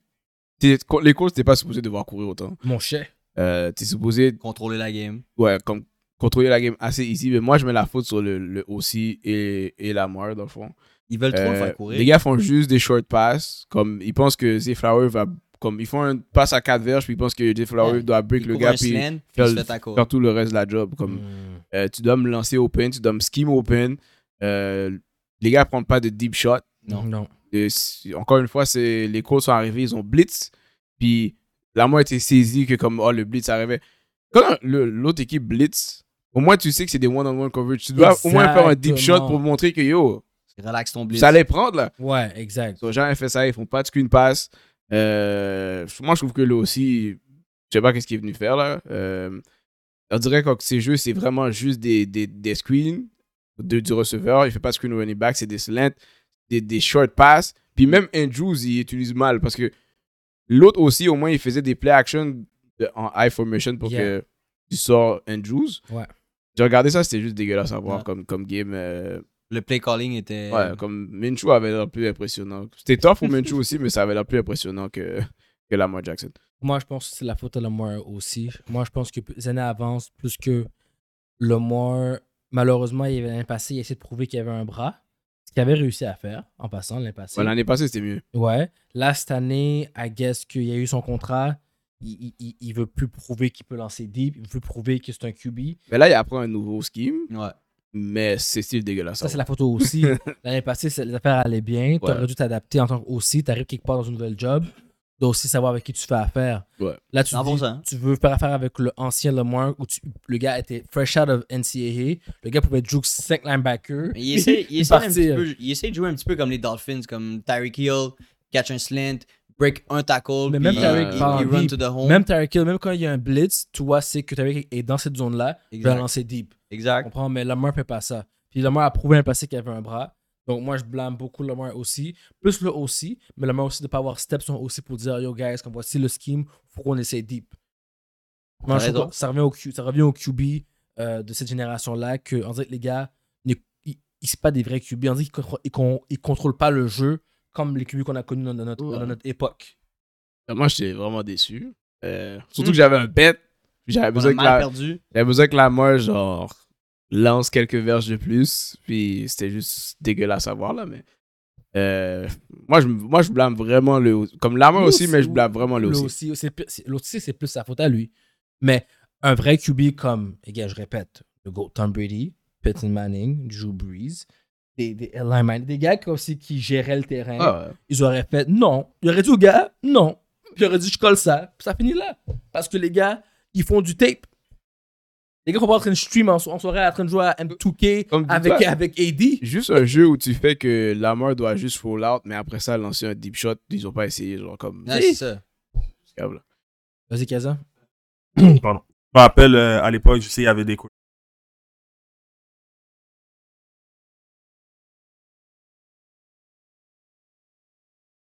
Speaker 3: t'es- les courses, t'es pas supposé devoir courir autant.
Speaker 2: Mon chef.
Speaker 3: Euh, t'es supposé
Speaker 4: contrôler la game.
Speaker 3: ouais, comme, contrôler la game assez easy. Mais moi, je mets la faute sur le, le aussi et, et Lamar, dans le fond.
Speaker 4: Ils veulent trop le
Speaker 3: Euh,
Speaker 4: faire courir.
Speaker 3: Les gars font juste des short passes. Comme ils pensent que Zay Flower va. Comme ils font un passe à quatre verges, puis ils pensent que Zay Flower
Speaker 4: Ouais.
Speaker 3: doit break
Speaker 4: Il
Speaker 3: le
Speaker 4: court
Speaker 3: gars,
Speaker 4: un
Speaker 3: puis
Speaker 4: slant,
Speaker 3: faire
Speaker 4: il se
Speaker 3: le-
Speaker 4: fait tackle.
Speaker 3: faire tout le reste de la job. Comme
Speaker 2: Hmm.
Speaker 3: Euh, tu dois me lancer open, tu dois me scheme open. Euh, les gars prennent pas de deep shot.
Speaker 4: Non.
Speaker 2: Non.
Speaker 3: Et si- encore une fois, c'est les courses sont arrivés, ils ont blitz. Puis la moindre était saisie que comme, oh, le blitz arrivait. Quand le- l'autre équipe blitz, au moins tu sais que c'est des one-on-one coverage. Tu dois au moins faire un deep shot
Speaker 2: Exactement.
Speaker 3: pour montrer que yo,
Speaker 4: Relax ton blitz.
Speaker 3: ça allait prendre là.
Speaker 2: Ouais, exact.
Speaker 3: Ils ont jamais fait ça, ils font pas de screen pass. Euh, moi, je trouve que là aussi, je sais pas qu'est-ce qu'il est venu faire là. Euh, on dirait que ces jeux, c'est vraiment juste des, des, des screens de, du receveur. Il fait pas de screen au running back, c'est des slants, des, des short passes. Puis même Andrews, il utilise mal parce que l'autre aussi, au moins, il faisait des play action de- en high formation pour
Speaker 2: Yeah.
Speaker 3: que tu sors Andrews.
Speaker 2: Ouais.
Speaker 3: J'ai regardé ça, c'était juste dégueulasse à voir
Speaker 4: Ouais.
Speaker 3: comme, comme game. euh,
Speaker 4: Le play calling était.
Speaker 3: Ouais, comme Minshew avait l'air plus impressionnant. C'était tough pour Minshew aussi, mais ça avait l'air plus impressionnant que, que Lamar Jackson.
Speaker 2: Moi, je pense que c'est la faute à Lamar aussi. Moi, je pense que les années avancent plus que Lamar. Malheureusement, il avait- l'année passée, il a essayé de prouver qu'il avait un bras. Ce qu'il avait réussi à faire, en passant, l'année passée.
Speaker 3: Ouais, L'année passée, c'était mieux.
Speaker 2: Ouais. Là, cette année, I guess qu'il y a eu son contrat. Il, il- il, il veut plus prouver qu'il peut lancer deep. Il veut plus prouver que c'est un QB.
Speaker 3: Mais là, il apprend un nouveau scheme,
Speaker 4: Ouais.
Speaker 3: mais c'est style dégueulasse.
Speaker 2: Ça, c'est la photo aussi. L'année passée, c'est- les affaires allaient bien. Tu
Speaker 3: Ouais.
Speaker 2: aurais dû t'adapter en tant que aussi. Tu arrives quelque part dans une nouvelle job. Tu dois aussi savoir avec qui tu fais affaire.
Speaker 3: Ouais.
Speaker 2: Là, tu,
Speaker 4: 100%.
Speaker 2: dis, tu veux faire affaire avec l'ancien Lamar où tu- le gars était fresh out of NCAA. Le gars pouvait juke 5 linebackers.
Speaker 4: Mais il essaie, il,
Speaker 2: Puis
Speaker 4: essaie un petit
Speaker 3: hein.
Speaker 2: partir.
Speaker 4: peu- il essaie de jouer un petit peu comme les Dolphins, comme Tyreek Hill, catch un slant, break un tackle,
Speaker 2: Mais
Speaker 4: puis
Speaker 2: même
Speaker 4: il-
Speaker 2: Tyreek
Speaker 4: il,
Speaker 2: Hill,
Speaker 4: il run to the home.
Speaker 2: Même Tyreek Hill, même quand il y a un blitz, toi, c'est que Tyreek est dans cette zone-là. Il va
Speaker 4: Exact.
Speaker 2: lancer deep.
Speaker 4: Exact.
Speaker 2: comprends, mais Lamar fait pas ça. Puis Lamar a prouvé un passé qu'il avait un bras. Donc moi, je blâme beaucoup Lamar aussi. Plus le aussi, mais Lamar aussi de pas avoir step son aussi pour dire Yo guys, comme voici le scheme, faut qu'on essaie deep. Moi, je
Speaker 4: raison.
Speaker 2: trouve que ça revient au, Q- ça revient au QB euh, de cette génération-là que, en fait, les gars, ne- ils ne sont pas des vrais QB. On dit qu'ils contro- ils con- ils contrôlent pas le jeu comme les QB qu'on a connus dans notre,
Speaker 3: Ouais.
Speaker 2: dans notre époque.
Speaker 3: Moi, j'étais vraiment déçu. Euh, surtout que j'avais un bet. J'avais
Speaker 4: On a
Speaker 3: besoin, que
Speaker 4: mal
Speaker 3: la-
Speaker 4: perdu.
Speaker 3: j'avais besoin que Lamar, genre, lance quelques verges de plus. Puis c'était juste dégueulasse à voir, là. Mais euh, moi, je, moi, je blâme vraiment le. Comme Lamar
Speaker 2: Nous
Speaker 3: aussi, mais je
Speaker 2: aussi.
Speaker 3: blâme vraiment le
Speaker 2: Lui
Speaker 3: aussi.
Speaker 2: aussi, c'est pi- c'est- l'autre aussi, c'est plus sa faute à lui. Mais un vrai QB comme, les gars, je répète, le GOAT Tom Brady, Peyton Manning, Drew Brees, des, des linemen, des gars comme si qui géraient le terrain,
Speaker 3: Ah, ouais.
Speaker 2: ils auraient fait non. Ils auraient dit aux gars, non. Puis ils auraient dit, je colle ça. Puis ça finit là. Parce que les gars, ils font du tape. Les gars, ils sont pas en train de stream en, so- en soirée, en train de jouer à M2K
Speaker 3: Comme
Speaker 2: avec,
Speaker 3: dis-toi.
Speaker 2: avec AD.
Speaker 3: Juste un jeu où tu fais que Lamar doit juste roll out, mais après ça, lancer un deep shot, ils ont pas essayé, genre comme.
Speaker 4: Non, c'est ça.
Speaker 3: câble.
Speaker 2: Vas-y, Kazan.
Speaker 5: Pardon. Je me rappelle, euh, à l'époque, je sais, il y avait des cours.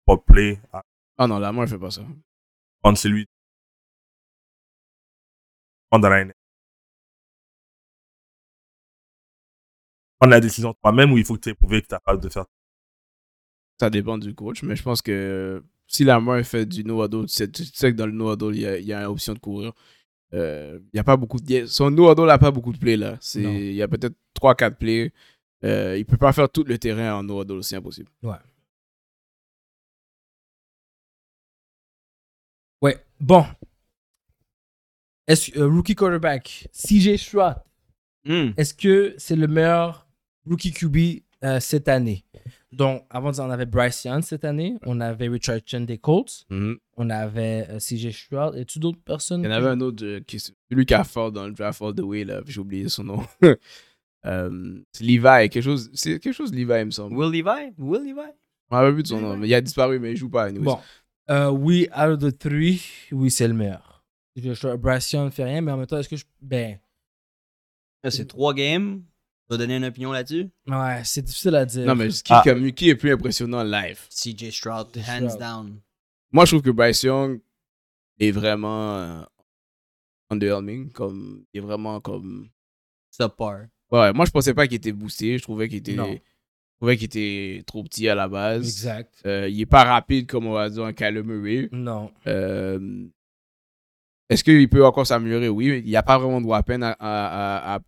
Speaker 5: Pas play, à
Speaker 3: Ah non, Lamar fait pas ça.
Speaker 5: prendre celui. Prendre dans la NFL. Prendre la décision toi-même ou il faut que tu aies prouvé que tu es capable de faire.
Speaker 3: Ça dépend du coach, mais je pense que si Lamar fait du no-huddle, tu sais, tu sais que dans le no-huddle, il y a, il y a une option de courir. Euh, il y a pas beaucoup de. il y a- Son no-huddle n'a pas beaucoup de plays là. C'est-
Speaker 2: Non.
Speaker 3: Il y a peut-être 3-4 plays. Euh, il peut pas faire tout le terrain en no-huddle, c'est impossible.
Speaker 2: Ouais, bon. Est-ce euh, rookie quarterback, CJ Stroud,
Speaker 4: Hmm.
Speaker 2: est-ce que c'est le meilleur rookie QB euh, cette année? Donc, avant ça, on avait Bryce Young cette année, on avait Richard Chen des Colts, on avait euh, CJ Stroud. Et tu d'autres personnes?
Speaker 3: Il y en avait un autre, euh, qui, celui qui a fort dans le draft all the way, là, j'ai oublié son nom. Euh, c'est Levi, quelque chose, c'est quelque chose Levi, il me semble.
Speaker 4: Will Levi? Will Levi?
Speaker 3: Je me rappelle plus de son nom, mais il a disparu, mais il joue pas. anyways.
Speaker 2: Bon. Euh, oui, out of the three, oui, c'est le meilleur. CJ Stroud, Bryce Young ne fait rien, mais en même temps, est-ce que je. Ben,
Speaker 4: Là, C'est trois games. Tu vas donner une opinion là-dessus?
Speaker 2: ouais, c'est difficile à dire.
Speaker 3: Non, mais qui,
Speaker 5: Ah.
Speaker 3: comme- qui est plus impressionnant live?
Speaker 4: CJ Stroud, hands
Speaker 2: Stroud.
Speaker 4: down.
Speaker 3: Moi, je trouve que Bryce Young est vraiment euh, underwhelming. Comme, il est vraiment comme.
Speaker 4: Subpar.
Speaker 3: Ouais, moi, je pensais pas qu'il était boosté. Je trouvais qu'il était,
Speaker 2: Non.
Speaker 3: je trouvais qu'il était trop petit à la base.
Speaker 2: Exact.
Speaker 3: Euh, il est pas rapide, comme on va dire, un Kyler Murray.
Speaker 2: Non.
Speaker 3: Euh, Est-ce qu'il peut encore s'améliorer? Oui, il n'y a pas vraiment de weapon à, à, à, à,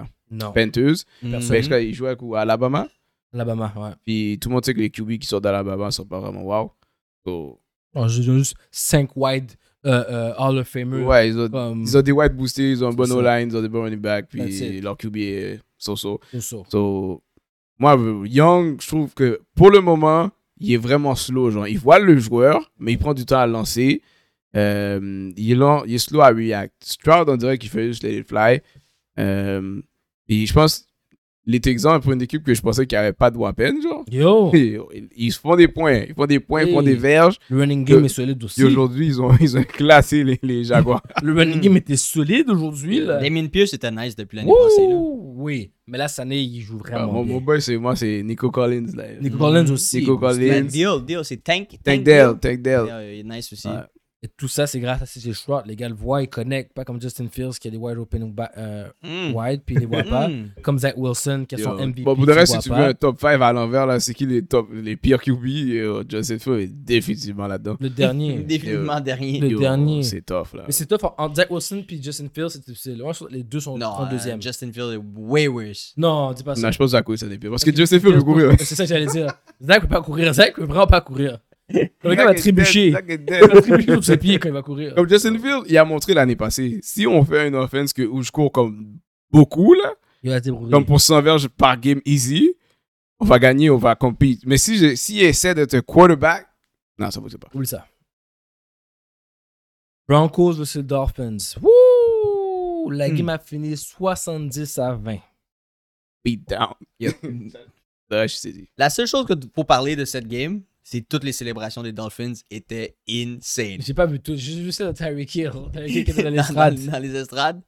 Speaker 3: à
Speaker 2: Non.
Speaker 3: Penteuse.
Speaker 2: Personne.
Speaker 3: Mais est-ce qu'il joue à, à Alabama?
Speaker 2: Alabama, ouais.
Speaker 3: Puis tout le monde sait que les QB qui sortent d'Alabama sont pas vraiment wow. So,
Speaker 2: Non, je- je- juste 5 wide euh, euh, Hall of Famer.
Speaker 3: ouais, ils ont,
Speaker 2: Comme,
Speaker 3: ils ont des white boostés, ils ont un bon
Speaker 2: C'est ça.
Speaker 3: O-line, ils ont des bons running back,
Speaker 2: That's
Speaker 3: puis
Speaker 2: it.
Speaker 3: leur QB est so-so.
Speaker 2: tout ça.
Speaker 3: So, moi, Young, je trouve que pour le moment, il est vraiment slow. Genre, il voit le joueur, mais il prend du temps à lancer. Euh, il, est long- il est slow à react. Stroud, on dirait qu'il fait juste les fly. Euh, et je pense, les Texans, pour une équipe que je pensais qu'il n'y avait pas de weapon, genre.
Speaker 2: Yo,
Speaker 3: Ils, ils se font des points, ils font des points, ils font
Speaker 2: Oh. Hey.
Speaker 3: des verges.
Speaker 2: le running game
Speaker 3: Le-
Speaker 2: est solide aussi.
Speaker 3: Et aujourd'hui, ils ont, ils ont classé les, les Jaguars.
Speaker 2: Le running game était solide aujourd'hui. là.
Speaker 4: Damien Pierce était nice depuis l'année passée. là.
Speaker 2: Ouh, oui, mais là, cette année, il joue
Speaker 3: Ah,
Speaker 2: vraiment
Speaker 3: mon, mon
Speaker 2: bien.
Speaker 3: boy, c'est moi, c'est Nico Collins. Là.
Speaker 2: Nico Collins aussi.
Speaker 3: Nico
Speaker 4: Ben,
Speaker 3: Collins.
Speaker 4: Deal, Deal, c'est Tank.
Speaker 3: Tank
Speaker 4: Dell.
Speaker 3: Dell, Tank Dell.
Speaker 4: Il est nice aussi.
Speaker 3: Ouais.
Speaker 2: Et tout ça, c'est grâce à CJ Stroud. Les gars le voient, ils connectent. Pas comme Justin Fields qui a des wide open ou ba- euh,
Speaker 4: Mm.
Speaker 2: wide, puis il les voit pas.
Speaker 4: Mm.
Speaker 2: Comme Zach Wilson qui a son
Speaker 3: Yo.
Speaker 2: MVP.
Speaker 3: euh, Bon, pour
Speaker 2: tu
Speaker 3: le reste, si
Speaker 2: vois
Speaker 3: tu
Speaker 2: pas.
Speaker 3: veux un top 5 à l'envers, là, c'est qui les, top, les pires QB euh, Justin Fields est définitivement là-dedans.
Speaker 2: Le dernier.
Speaker 4: Définitivement dernier.
Speaker 2: Le
Speaker 3: Yo,
Speaker 2: dernier.
Speaker 3: C'est tough, là.
Speaker 2: Mais c'est tough. Entre Zach Wilson puis Justin Fields, c'est difficile. Moi, je trouve que les deux sont
Speaker 4: Non,
Speaker 2: en deuxième.
Speaker 4: euh, Justin Field est way worse.
Speaker 2: Non, dis pas ça.
Speaker 3: Non, je pense que c'est à cause de ça des pires. Parce que Justin Fields peut courir.
Speaker 2: C'est ça que j'allais dire. Zach peut pas courir. Zach peut vraiment pas courir. Le gars va trébucher.
Speaker 3: Zach est
Speaker 2: Il
Speaker 3: dead.
Speaker 2: va trébucher sous ses pieds quand il va courir.
Speaker 3: Comme Justin Fields, il a montré l'année passée. Si on fait une offense que, où je cours comme beaucoup, là,
Speaker 2: Il va se débrouiller.
Speaker 3: comme pour 100 verges par game easy, on va gagner, on va compete. Mais si je, s'il essaie d'être quarterback, non, ça ne vaut pas.
Speaker 2: Oublie ça. Broncos versus Dolphins. Wouh! La
Speaker 3: Hmm.
Speaker 2: game a fini 70 à 20.
Speaker 3: Beat down. Yep. Là, je t'ai dit.
Speaker 4: La seule chose que pour parler de cette game, c'est toutes les célébrations des Dolphins étaient insane.
Speaker 2: J'ai pas vu tout. J'ai juste vu ça de Tyreek Hill. Tyreek Hill qui était dans
Speaker 4: Dans-
Speaker 2: l'estrade.
Speaker 4: dans les estrades.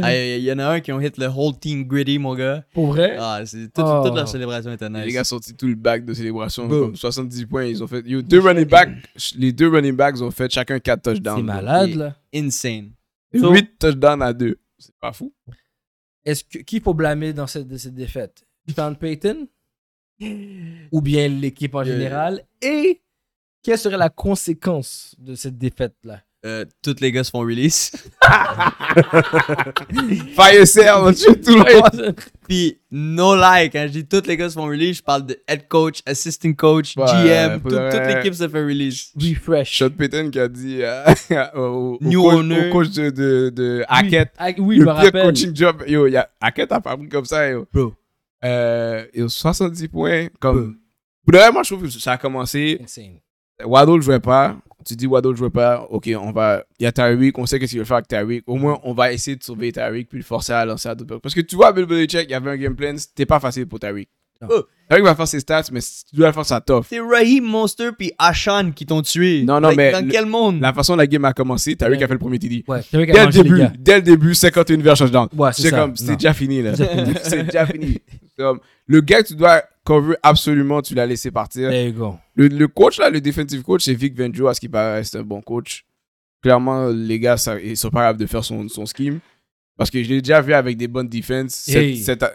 Speaker 4: Ah, Il y en a un qui ont hit le whole team gritty, mon gars.
Speaker 2: Pour vrai.
Speaker 4: Ah, c'est toute,
Speaker 2: Oh.
Speaker 4: toute leur célébration était nice.
Speaker 3: Les gars ont sorti tout le back de célébration.
Speaker 4: Boom.
Speaker 3: Comme 70 points, ils ont fait. Yo, deux running backs, les deux running backs ont fait chacun 4 touchdowns.
Speaker 2: C'est malade,
Speaker 4: Et-
Speaker 2: là.
Speaker 4: Insane.
Speaker 3: 8 touchdowns à 2. C'est pas fou.
Speaker 2: Est-ce que, qui faut blâmer dans cette, cette défaite? Sean Payton? Ou bien l'équipe en
Speaker 4: Euh.
Speaker 2: général? Et quelle serait la conséquence de cette défaite-là?
Speaker 4: Euh, toutes les gars se font release.
Speaker 3: Fire Cell, tu tout le monde.
Speaker 4: Puis, no lie, quand je dis toutes les gars se font release, je parle de head coach, assistant coach,
Speaker 3: Ouais,
Speaker 4: GM.
Speaker 3: pour
Speaker 4: tout-
Speaker 3: de
Speaker 4: toute
Speaker 3: vrai.
Speaker 4: l'équipe se fait release.
Speaker 2: Refresh.
Speaker 3: Sean Payton qui a dit euh, au, au
Speaker 4: New
Speaker 3: coach,
Speaker 4: owner.
Speaker 3: au coach de, de, de Hackett.
Speaker 2: Oui, ah, oui, je
Speaker 3: le
Speaker 2: me
Speaker 3: pire
Speaker 2: rappelle.
Speaker 3: coaching job. Yo, y a, Hackett a fabriqué comme ça, yo.
Speaker 4: Bro.
Speaker 3: Euh, yo, 70 points. Comme. Pour de vrai, moi, je trouve que ça a commencé.
Speaker 2: Insane.
Speaker 3: Waddle jouait pas. Tu dis Waddle jouait pas. Ok, on va. Il y a Tyreek. On sait qu'est-ce qu'il veut faire avec Tyreek. Au moins, on va essayer de sauver Tyreek puis le forcer à lancer à d'autres. Parce que tu vois, Bill Belichick, il y avait un game plan. C'était pas facile pour Tyreek.
Speaker 2: Non.
Speaker 3: Oh, Tyreek va faire ses stats, mais si tu dois faire sa tough.
Speaker 4: C'est Raheem Monster puis Ashan qui t'ont tué.
Speaker 3: Non, non,
Speaker 4: Like,
Speaker 3: mais
Speaker 4: Dans
Speaker 3: le-
Speaker 4: quel monde?
Speaker 3: La façon dont la game a commencé, Tyreek a fait le premier TD.
Speaker 2: Ouais, Tyreek a
Speaker 3: Dès le
Speaker 2: mangé les
Speaker 3: début,
Speaker 2: gars.
Speaker 3: dès le début, 51 vers touchdown.
Speaker 2: Ouais, c'est
Speaker 3: C'est
Speaker 2: ça.
Speaker 3: comme, c'est
Speaker 2: Non.
Speaker 3: déjà fini là.
Speaker 2: C'est déjà fini.
Speaker 3: C'est déjà fini. Comme, le gars que tu dois cover absolument, tu l'as laissé partir.
Speaker 2: There you go.
Speaker 3: Le, le coach, là, le defensive coach, c'est Vic Vangio, à ce qui paraît, c'est un bon coach. Clairement, les gars, ça, ils sont pas capables de faire son, son scheme. Parce que je l'ai déjà vu avec des bonnes défenses. Cette-
Speaker 2: Hey.
Speaker 3: cette a-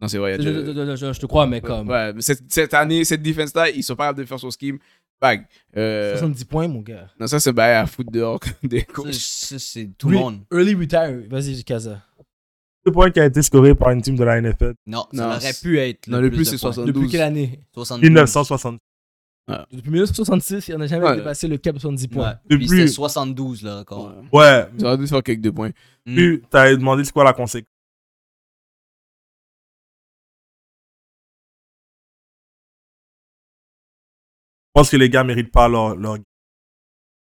Speaker 3: Non, c'est vrai. il y
Speaker 2: Je,
Speaker 3: a
Speaker 2: je-
Speaker 3: déjà-
Speaker 2: je- je- je te crois, mais comme.
Speaker 3: Ouais, mais cette, cette année, cette défense-là, ils sont pas capables de faire son scheme. Bag. Euh,
Speaker 2: 70 points, mon gars.
Speaker 3: Non, ça, c'est bail à foutre dehors des
Speaker 4: Ça,
Speaker 3: coachs.
Speaker 4: ça, c'est tout le
Speaker 2: Re-
Speaker 4: monde.
Speaker 2: Early retire. Vas-y, Kaza.
Speaker 5: Le point qui a été scoré par une team de la NFL.
Speaker 4: Non,
Speaker 3: Non,
Speaker 4: ça aurait
Speaker 3: c'est-
Speaker 4: pu être.
Speaker 3: Non, le plus,
Speaker 4: de
Speaker 3: c'est
Speaker 4: points.
Speaker 3: 60.
Speaker 2: Depuis
Speaker 3: 12.
Speaker 2: quelle année
Speaker 4: 72.
Speaker 5: 1960.
Speaker 2: Depuis 1966, il n'a jamais
Speaker 3: Ouais.
Speaker 2: dépassé le cap 70
Speaker 4: Ouais.
Speaker 2: points.
Speaker 4: Puis
Speaker 5: Depuis-
Speaker 4: c'était 72 le record.
Speaker 3: Ouais.
Speaker 5: Ouais.
Speaker 3: Ils auraient dû faire quelques deux points.
Speaker 4: Mm.
Speaker 5: Puis, t'avais demandé c'est quoi la conséquence. Je pense que les gars méritent pas leur, leur...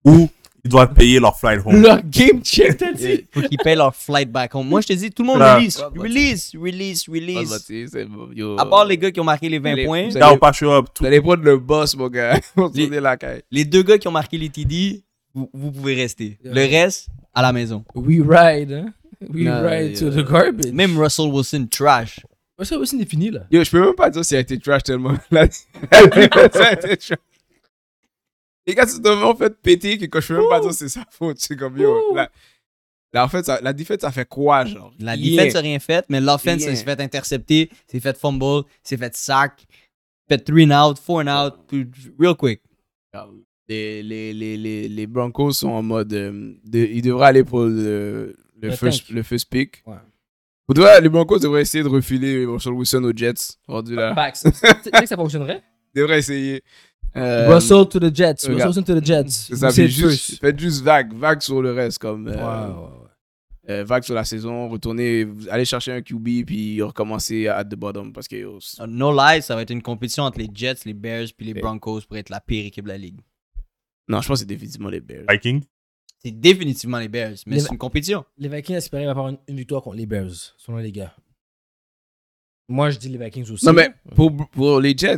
Speaker 5: Ou ils doivent payer leur flight home.
Speaker 2: Leur game check, t'as
Speaker 4: Euh, Faut qu'ils payent leur flight back home. Moi, je te dis, tout le monde
Speaker 5: Là.
Speaker 4: release, release, release,
Speaker 3: Pas de
Speaker 4: release.
Speaker 3: bâtisse, c'est bon. Yo.
Speaker 4: À part les gars qui ont marqué les 20
Speaker 3: Les-
Speaker 4: points,
Speaker 3: vous
Speaker 5: Là ou pas show up, tout
Speaker 3: Vous allez prendre le boss, mon gars. On se
Speaker 4: Les-
Speaker 3: tourne la caille.
Speaker 4: les deux gars qui ont marqué les TD, vous, vous pouvez rester.
Speaker 2: Yeah.
Speaker 4: Le reste, à la maison.
Speaker 2: We ride, hein? We
Speaker 3: Non,
Speaker 2: ride to
Speaker 3: euh,
Speaker 2: the garbage.
Speaker 4: Même Russell Wilson, trash.
Speaker 2: Ouais, Ça aussi, c'est fini, là.
Speaker 3: Yo, je peux même pas dire si elle a été trash tellement. La- Ça a été trash. Les gars, c'est tellement fait péter que quand je peux même pas dire c'est sa faute. C'est comme yo.
Speaker 2: Ouh.
Speaker 3: La, la, en fait, ça- la défaite, ça fait quoi, genre
Speaker 4: La
Speaker 3: Rien.
Speaker 4: défense n'a rien fait, mais l'offense
Speaker 3: Rien.
Speaker 4: s'est fait intercepter, s'est fait fumble, s'est fait sack, fait 3 and out, 4 and out, puis real quick.
Speaker 3: Les, les, les, les, les Broncos sont en mode. euh, de- ils devraient aller pour le, le,
Speaker 2: Le
Speaker 3: first,
Speaker 2: tank.
Speaker 3: le first pick.
Speaker 2: Ouais.
Speaker 3: Pour de vrai, les Broncos devraient essayer de refiler Russell Wilson aux Jets. Rendu là.
Speaker 2: Facts. tu sais tu sais que ça fonctionnerait?
Speaker 3: Ils devraient essayer. Euh,
Speaker 2: Russell to the Jets. Russell
Speaker 3: regarde.
Speaker 2: Wilson to the Jets.
Speaker 3: Ça
Speaker 2: Vous
Speaker 3: fait
Speaker 2: êtes
Speaker 3: juste,
Speaker 2: tous.
Speaker 3: faites juste vague, vague sur le reste, comme
Speaker 2: Ouais,
Speaker 3: euh,
Speaker 2: ouais, ouais.
Speaker 3: euh, vague sur la saison, retourner, vous- aller chercher un QB, puis recommencer à the bottom, parce que yo, c'est-
Speaker 4: No lie, ça va être une compétition entre les Jets, les Bears, puis les
Speaker 3: Ouais.
Speaker 4: Broncos pour être la pire équipe de la ligue.
Speaker 3: non, je pense que c'est définitivement les Bears.
Speaker 5: Viking.
Speaker 4: C'est définitivement les Bears, mais
Speaker 2: Les-
Speaker 4: c'est une compétition.
Speaker 2: Les Vikings espéraient avoir une, une victoire contre les Bears, selon les gars. Moi, je dis les Vikings aussi.
Speaker 3: Non, mais pour, pour les Jets,